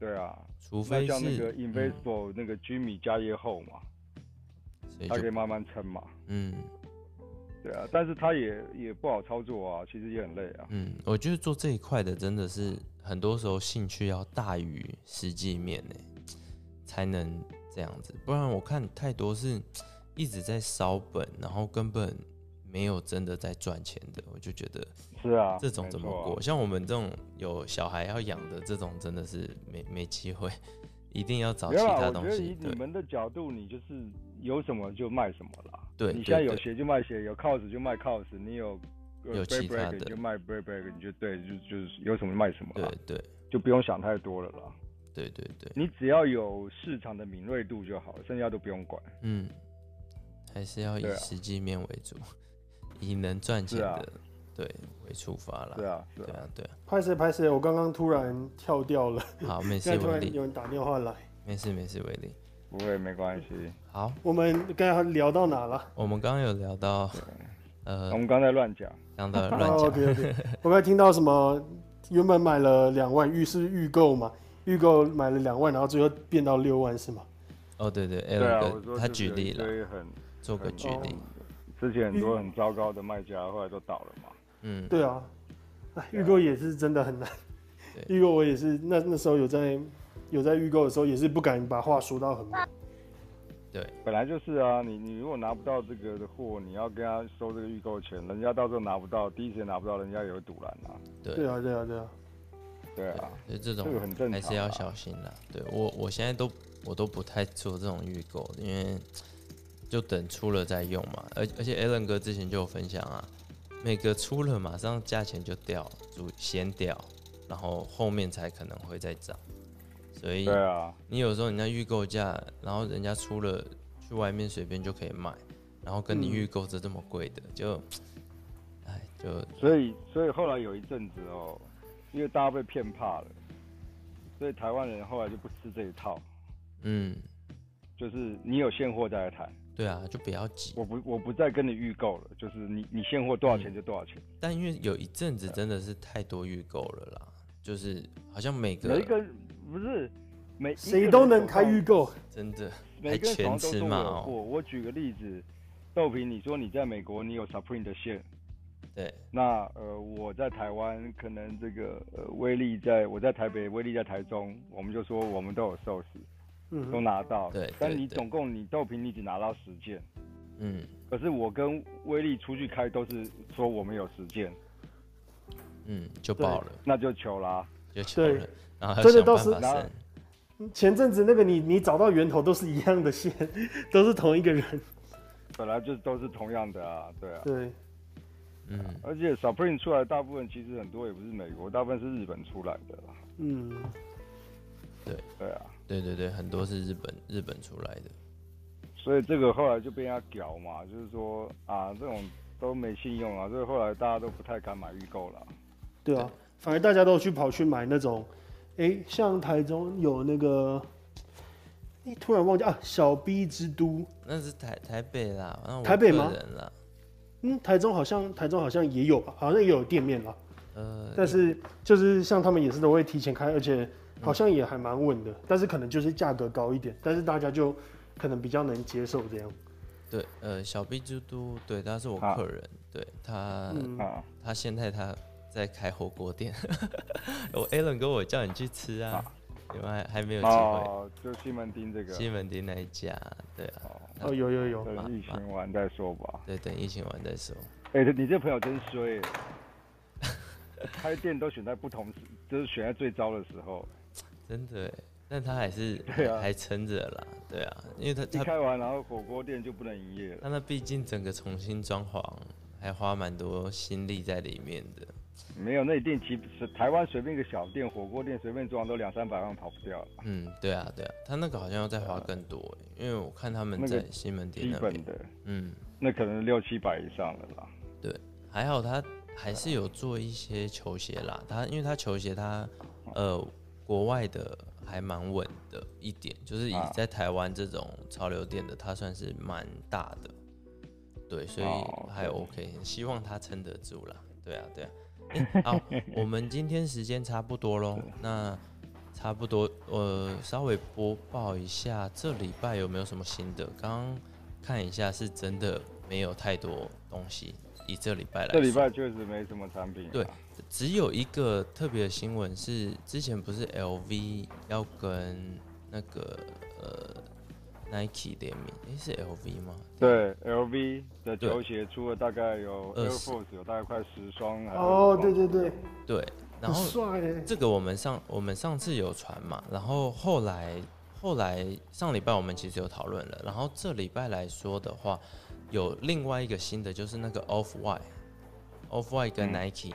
Speaker 4: 对啊，
Speaker 1: 除
Speaker 4: 那
Speaker 1: 非是
Speaker 4: 像那个
Speaker 1: 嗯
Speaker 4: Invisible、那个 Jimmy 家业厚嘛，
Speaker 1: 所以
Speaker 4: 他可以
Speaker 1: 就
Speaker 4: 慢慢撑嘛。
Speaker 1: 嗯
Speaker 4: 对啊，但是他也也不好操作啊，其实也很累啊。
Speaker 1: 嗯，我觉得做这一块的真的是很多时候兴趣要大于实际面呢，才能这样子，不然我看太多是一直在烧本，然后根本没有真的在赚钱的，我就觉得
Speaker 4: 是啊，
Speaker 1: 嗯这种
Speaker 4: 没
Speaker 1: 怎么
Speaker 4: 错啊
Speaker 1: 过？？像我们这种有小孩要养的，这种真的是没没机会，一定要找
Speaker 4: 没
Speaker 1: 其
Speaker 4: 有啦，
Speaker 1: 他
Speaker 4: 我觉
Speaker 1: 东
Speaker 4: 得
Speaker 1: 西
Speaker 4: 以。
Speaker 1: 对
Speaker 4: 你们的角度，你就是有什么就卖什么啦。
Speaker 1: 对
Speaker 4: 你
Speaker 1: 对
Speaker 4: 现在有
Speaker 1: 对
Speaker 4: 鞋就卖鞋，有 cos 就卖 cos，你有呃
Speaker 1: 有
Speaker 4: break
Speaker 1: 其他
Speaker 4: break
Speaker 1: 的
Speaker 4: 你就卖 break break，你就对，就就是有什么卖什么啦
Speaker 1: 对，对
Speaker 4: 就不用想太多了啦。
Speaker 1: 对对对，
Speaker 4: 你只要有市场的敏锐度就好，剩下都不用管。
Speaker 1: 嗯，还是要以
Speaker 4: 对啊
Speaker 1: 实际面为主，以能赚钱
Speaker 4: 是啊
Speaker 1: 的对为出发啦。
Speaker 4: 是啊，是
Speaker 1: 对
Speaker 4: 啊，
Speaker 1: 啊对啊，
Speaker 3: 拍谁拍谁，我刚刚突然跳掉了，
Speaker 1: 好，没
Speaker 3: 现
Speaker 1: 事
Speaker 3: 在突
Speaker 1: 为
Speaker 3: 然
Speaker 1: 力
Speaker 3: 有，人打电话来，
Speaker 1: 没事没事为力。
Speaker 4: 不会没关系。
Speaker 1: 好，
Speaker 3: 我们刚才聊到哪了？
Speaker 1: 我们刚刚有聊到， 呃
Speaker 4: 我，们刚才乱讲，
Speaker 1: 刚 刚
Speaker 3: 哦
Speaker 1: 乱讲，
Speaker 3: OK OK，我刚才听到什么？原本买了两万，预是预购嘛，预购买了两万，然后最后变到六万是吗？
Speaker 1: 哦对对
Speaker 4: 对啊，我
Speaker 1: ，L
Speaker 4: 说
Speaker 1: 哥他举例
Speaker 4: 了，所
Speaker 1: 了，
Speaker 4: 以很
Speaker 1: 做个
Speaker 4: 很
Speaker 1: 举例，
Speaker 4: 之前很多很糟糕的卖家后来都倒了嘛。
Speaker 1: 嗯，
Speaker 3: 对啊，哎预购也是真的很难。
Speaker 1: 对
Speaker 3: 预购我也是，那那时候有在有在预购的时候，也是不敢把话说到很满。
Speaker 4: 本来就是啊，你你如果拿不到这个的货，你要跟他收这个预购钱，人家到时候拿不到，第一时间拿不到，人家也会堵拦啊。
Speaker 3: 对啊，对啊，对啊，
Speaker 4: 对啊，
Speaker 1: 所以这种
Speaker 4: 这个很正常
Speaker 1: 还
Speaker 4: 啊
Speaker 1: 是要小心啦。对我，我现在都我都不太做这种预购，因为就等出了再用嘛。而而且 Alan 哥之前就有分享啊，每个出了马上价钱就掉，主先掉，然后后面才可能会再涨。所以
Speaker 4: 对啊，
Speaker 1: 你有时候你那预购价，然后人家出了去外面随便就可以买，然后跟你
Speaker 3: 嗯
Speaker 1: 预购这这么贵的，就，哎，就
Speaker 4: 所以所以后来有一阵子哦，因为大家被骗怕了，所以台湾人后来就不吃这一套，
Speaker 1: 嗯，
Speaker 4: 就是你有现货再来谈，
Speaker 1: 对啊，就不要急。
Speaker 4: 我不我不再跟你预购了，就是你你现货
Speaker 1: 嗯
Speaker 4: 多少钱就多少钱，
Speaker 1: 但因为有一阵子真的是太多预购了啦，就是好像每个
Speaker 4: 每一个人不是每一个
Speaker 3: 谁
Speaker 4: 人
Speaker 3: 都能
Speaker 4: 手
Speaker 3: 开
Speaker 4: 上
Speaker 3: 预购，
Speaker 1: 真的
Speaker 4: 每个人手上
Speaker 1: 还全
Speaker 4: 都
Speaker 1: 吃
Speaker 4: 说我
Speaker 1: 嘛
Speaker 4: 有
Speaker 1: 哦
Speaker 4: 货。我举个例子，豆皮，你说你在美国你有 Supreme 的线，
Speaker 1: 对，
Speaker 4: 那呃我在台湾可能这个呃威力在我在台北，威力在台中，我们就说我们都有 s o
Speaker 3: 嗯
Speaker 4: 都
Speaker 3: 哼，
Speaker 4: 拿到，
Speaker 1: 对
Speaker 4: 但
Speaker 1: 对
Speaker 4: 你
Speaker 1: 对
Speaker 4: 总共你豆皮你只拿到十件，
Speaker 1: 嗯
Speaker 4: 可是我跟威力出去开都是说我们有十件，
Speaker 1: 嗯，就爆了，
Speaker 4: 那就糗啦。
Speaker 1: 就求了
Speaker 3: 对，
Speaker 1: 然后还
Speaker 3: 真的
Speaker 1: 想
Speaker 3: 到
Speaker 1: 办
Speaker 3: 时
Speaker 1: 法
Speaker 4: 然后
Speaker 1: 生，
Speaker 3: 前阵子那个你你找到源头都是一样的线， 都是同一个人。
Speaker 4: 本来就都是同样的啊，对啊。
Speaker 3: 对，
Speaker 1: 嗯，
Speaker 4: 而且 Supreme 出来大部分其实很多也不是美国，大部分是日本出来的啦，
Speaker 3: 嗯，
Speaker 4: 对啊。
Speaker 1: 对对对，很多是日本日本出来的，
Speaker 4: 所以这个后来就被人家屌嘛，就是说啊，这种都没信用啊，所以后来大家都不太敢买预购了。
Speaker 3: 对啊，反而大家都去跑去买那种，诶，像台中有那个，诶，突然忘记啊，小 B 之都，
Speaker 1: 那是台台北啦，那我
Speaker 3: 台北吗
Speaker 1: 个人啦，
Speaker 3: 嗯，台中好像台中好像也有吧，好像也有店面啦。
Speaker 1: 呃，
Speaker 3: 但是就是像他们也是都会提前开，而且好像也还蛮稳的，但是可能就是价格高一点，但是大家就可能比较能接受这样。
Speaker 1: 对，呃，小 B 之都，对，他是我
Speaker 4: 啊
Speaker 1: 客人，对他，
Speaker 3: 嗯，
Speaker 4: 啊，
Speaker 1: 他现在他在开火锅店， 我 Alan 跟我叫你去吃啊，你们还还没有机会，
Speaker 4: 哦，就西门町这个，
Speaker 1: 西门町那一家，对啊，
Speaker 3: 哦，有有有，
Speaker 4: 等疫情完再说吧。
Speaker 1: 对，等疫情完再说，
Speaker 4: 哎、你这朋友真 衰、开店都选在不同时，就是选在最糟的时候。
Speaker 1: 真的耶，欸但他还是
Speaker 4: 对啊
Speaker 1: 还撑着啦，对啊，因为他
Speaker 4: 一
Speaker 1: 他
Speaker 4: 开完，然后火锅店就不能营业了。
Speaker 1: 他那毕竟整个重新装潢，还花蛮多心力在里面的，
Speaker 4: 没有，那一定其实台湾随便一个小店、火锅店随便装都两三百万跑不掉，
Speaker 1: 嗯，对啊，对啊，他那个好像要再花更多耶，因为我看他们
Speaker 4: 那个
Speaker 1: 在西门町
Speaker 4: 基
Speaker 1: 那
Speaker 4: 本
Speaker 1: 边，
Speaker 4: 的
Speaker 1: 嗯。
Speaker 4: 那可能六七百以上了啦。
Speaker 1: 还好他还是有做一些球鞋啦，他因为他球鞋他呃国外的还蛮稳的一点，就是以
Speaker 4: 啊
Speaker 1: 在台湾这种潮流店的，他算是蛮大的，对，所
Speaker 4: 哦
Speaker 1: 以还 OK，希望他撑得住啦。对啊，对啊。诶好，我们今天时间差不多喽，那差不多呃稍微播报一下这礼拜有没有什么新的，刚刚看一下是真的没有太多东西。以这礼拜来
Speaker 4: 这
Speaker 1: 说，
Speaker 4: 礼拜确实没什么产品、啊。
Speaker 1: 对只有一个特别的新闻是，之前不是 LV 要跟那个呃 Nike 联名，诶、是 LV 吗？
Speaker 4: 对，LV 的
Speaker 1: 对
Speaker 4: 球鞋出了大概有
Speaker 1: 二
Speaker 4: Air
Speaker 1: 十
Speaker 4: Force 有大概快十双。还是
Speaker 3: 哦
Speaker 4: 20，
Speaker 3: 对
Speaker 4: 双
Speaker 3: 对对，
Speaker 1: 对，呃然
Speaker 3: 很
Speaker 1: 后
Speaker 3: 帅欸，
Speaker 1: 这个我们上我们上次有传嘛，然后后来后来上礼拜我们其实有讨论了，然后这礼拜来说的话，有另外一个新的就是那个 Off White Off White 跟
Speaker 4: 嗯
Speaker 1: Nike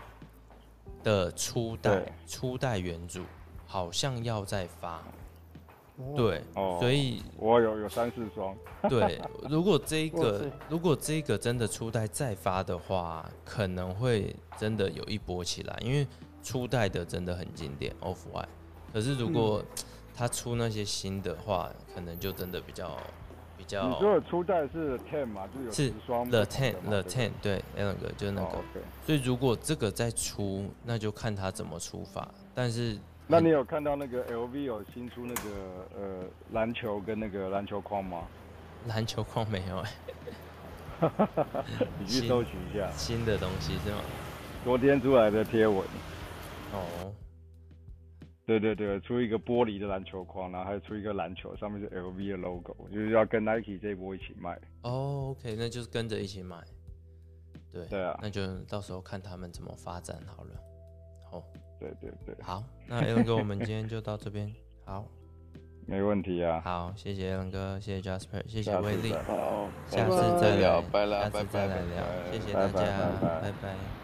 Speaker 1: 的初代、
Speaker 4: 对
Speaker 1: 初代原主好像要再发，
Speaker 3: 哦，
Speaker 1: 对，
Speaker 4: 哦
Speaker 1: 所以
Speaker 4: 我有有三四双，
Speaker 1: 对，如果这一
Speaker 3: 哇
Speaker 1: 个
Speaker 3: 塞
Speaker 1: 如果这一个真的初代再发的话，可能会真的有一波起来，因为初代的真的很经典 Off White。可是如果
Speaker 4: 嗯
Speaker 1: 他出那些新的话，可能就真的比较比较
Speaker 4: 你说的初代是 Ten 嘛，就有
Speaker 1: 哦是
Speaker 4: 十双
Speaker 1: The
Speaker 4: 不同
Speaker 1: Ten
Speaker 4: 的嘛。
Speaker 1: The
Speaker 4: 对不对
Speaker 1: Ten 对 Alan 哥就是那个。
Speaker 4: 哦，OK
Speaker 1: 所以如果这个再出，那就看他怎么出发。但是
Speaker 4: 那你有看到那个 LV 有新出那个呃篮球跟那个篮球框吗？
Speaker 1: 篮球框没有、哎，
Speaker 4: 你去
Speaker 1: 新
Speaker 4: 收集一下，
Speaker 1: 新的东西是吗？
Speaker 4: 昨天出来的贴文。
Speaker 1: 哦，
Speaker 4: 对对对，出一个玻璃的篮球框，然后还出一个篮球，上面是 LV 的 logo，就是要跟 Nike 这一波一起卖。
Speaker 1: 哦，OK，那就是跟着一起买。对，
Speaker 4: 对啊
Speaker 1: 那就到时候看他们怎么发展好了。好，
Speaker 4: 对对对，
Speaker 1: 好，那 Alan 哥，我们今天就到这边。好，
Speaker 4: 没问题啊。
Speaker 1: 好，谢谢 Alan 哥，谢谢 Jasper，谢谢
Speaker 4: 下次
Speaker 1: 威力
Speaker 4: 再，
Speaker 2: 好，
Speaker 1: 下次
Speaker 2: 拜拜
Speaker 1: 再聊，
Speaker 2: 拜啦
Speaker 1: 下次
Speaker 2: 拜
Speaker 1: 再
Speaker 2: 拜
Speaker 1: 来
Speaker 2: 拜
Speaker 1: 聊，
Speaker 2: 拜
Speaker 1: 谢谢大
Speaker 4: 拜拜
Speaker 1: 家，
Speaker 4: 拜拜
Speaker 1: 拜拜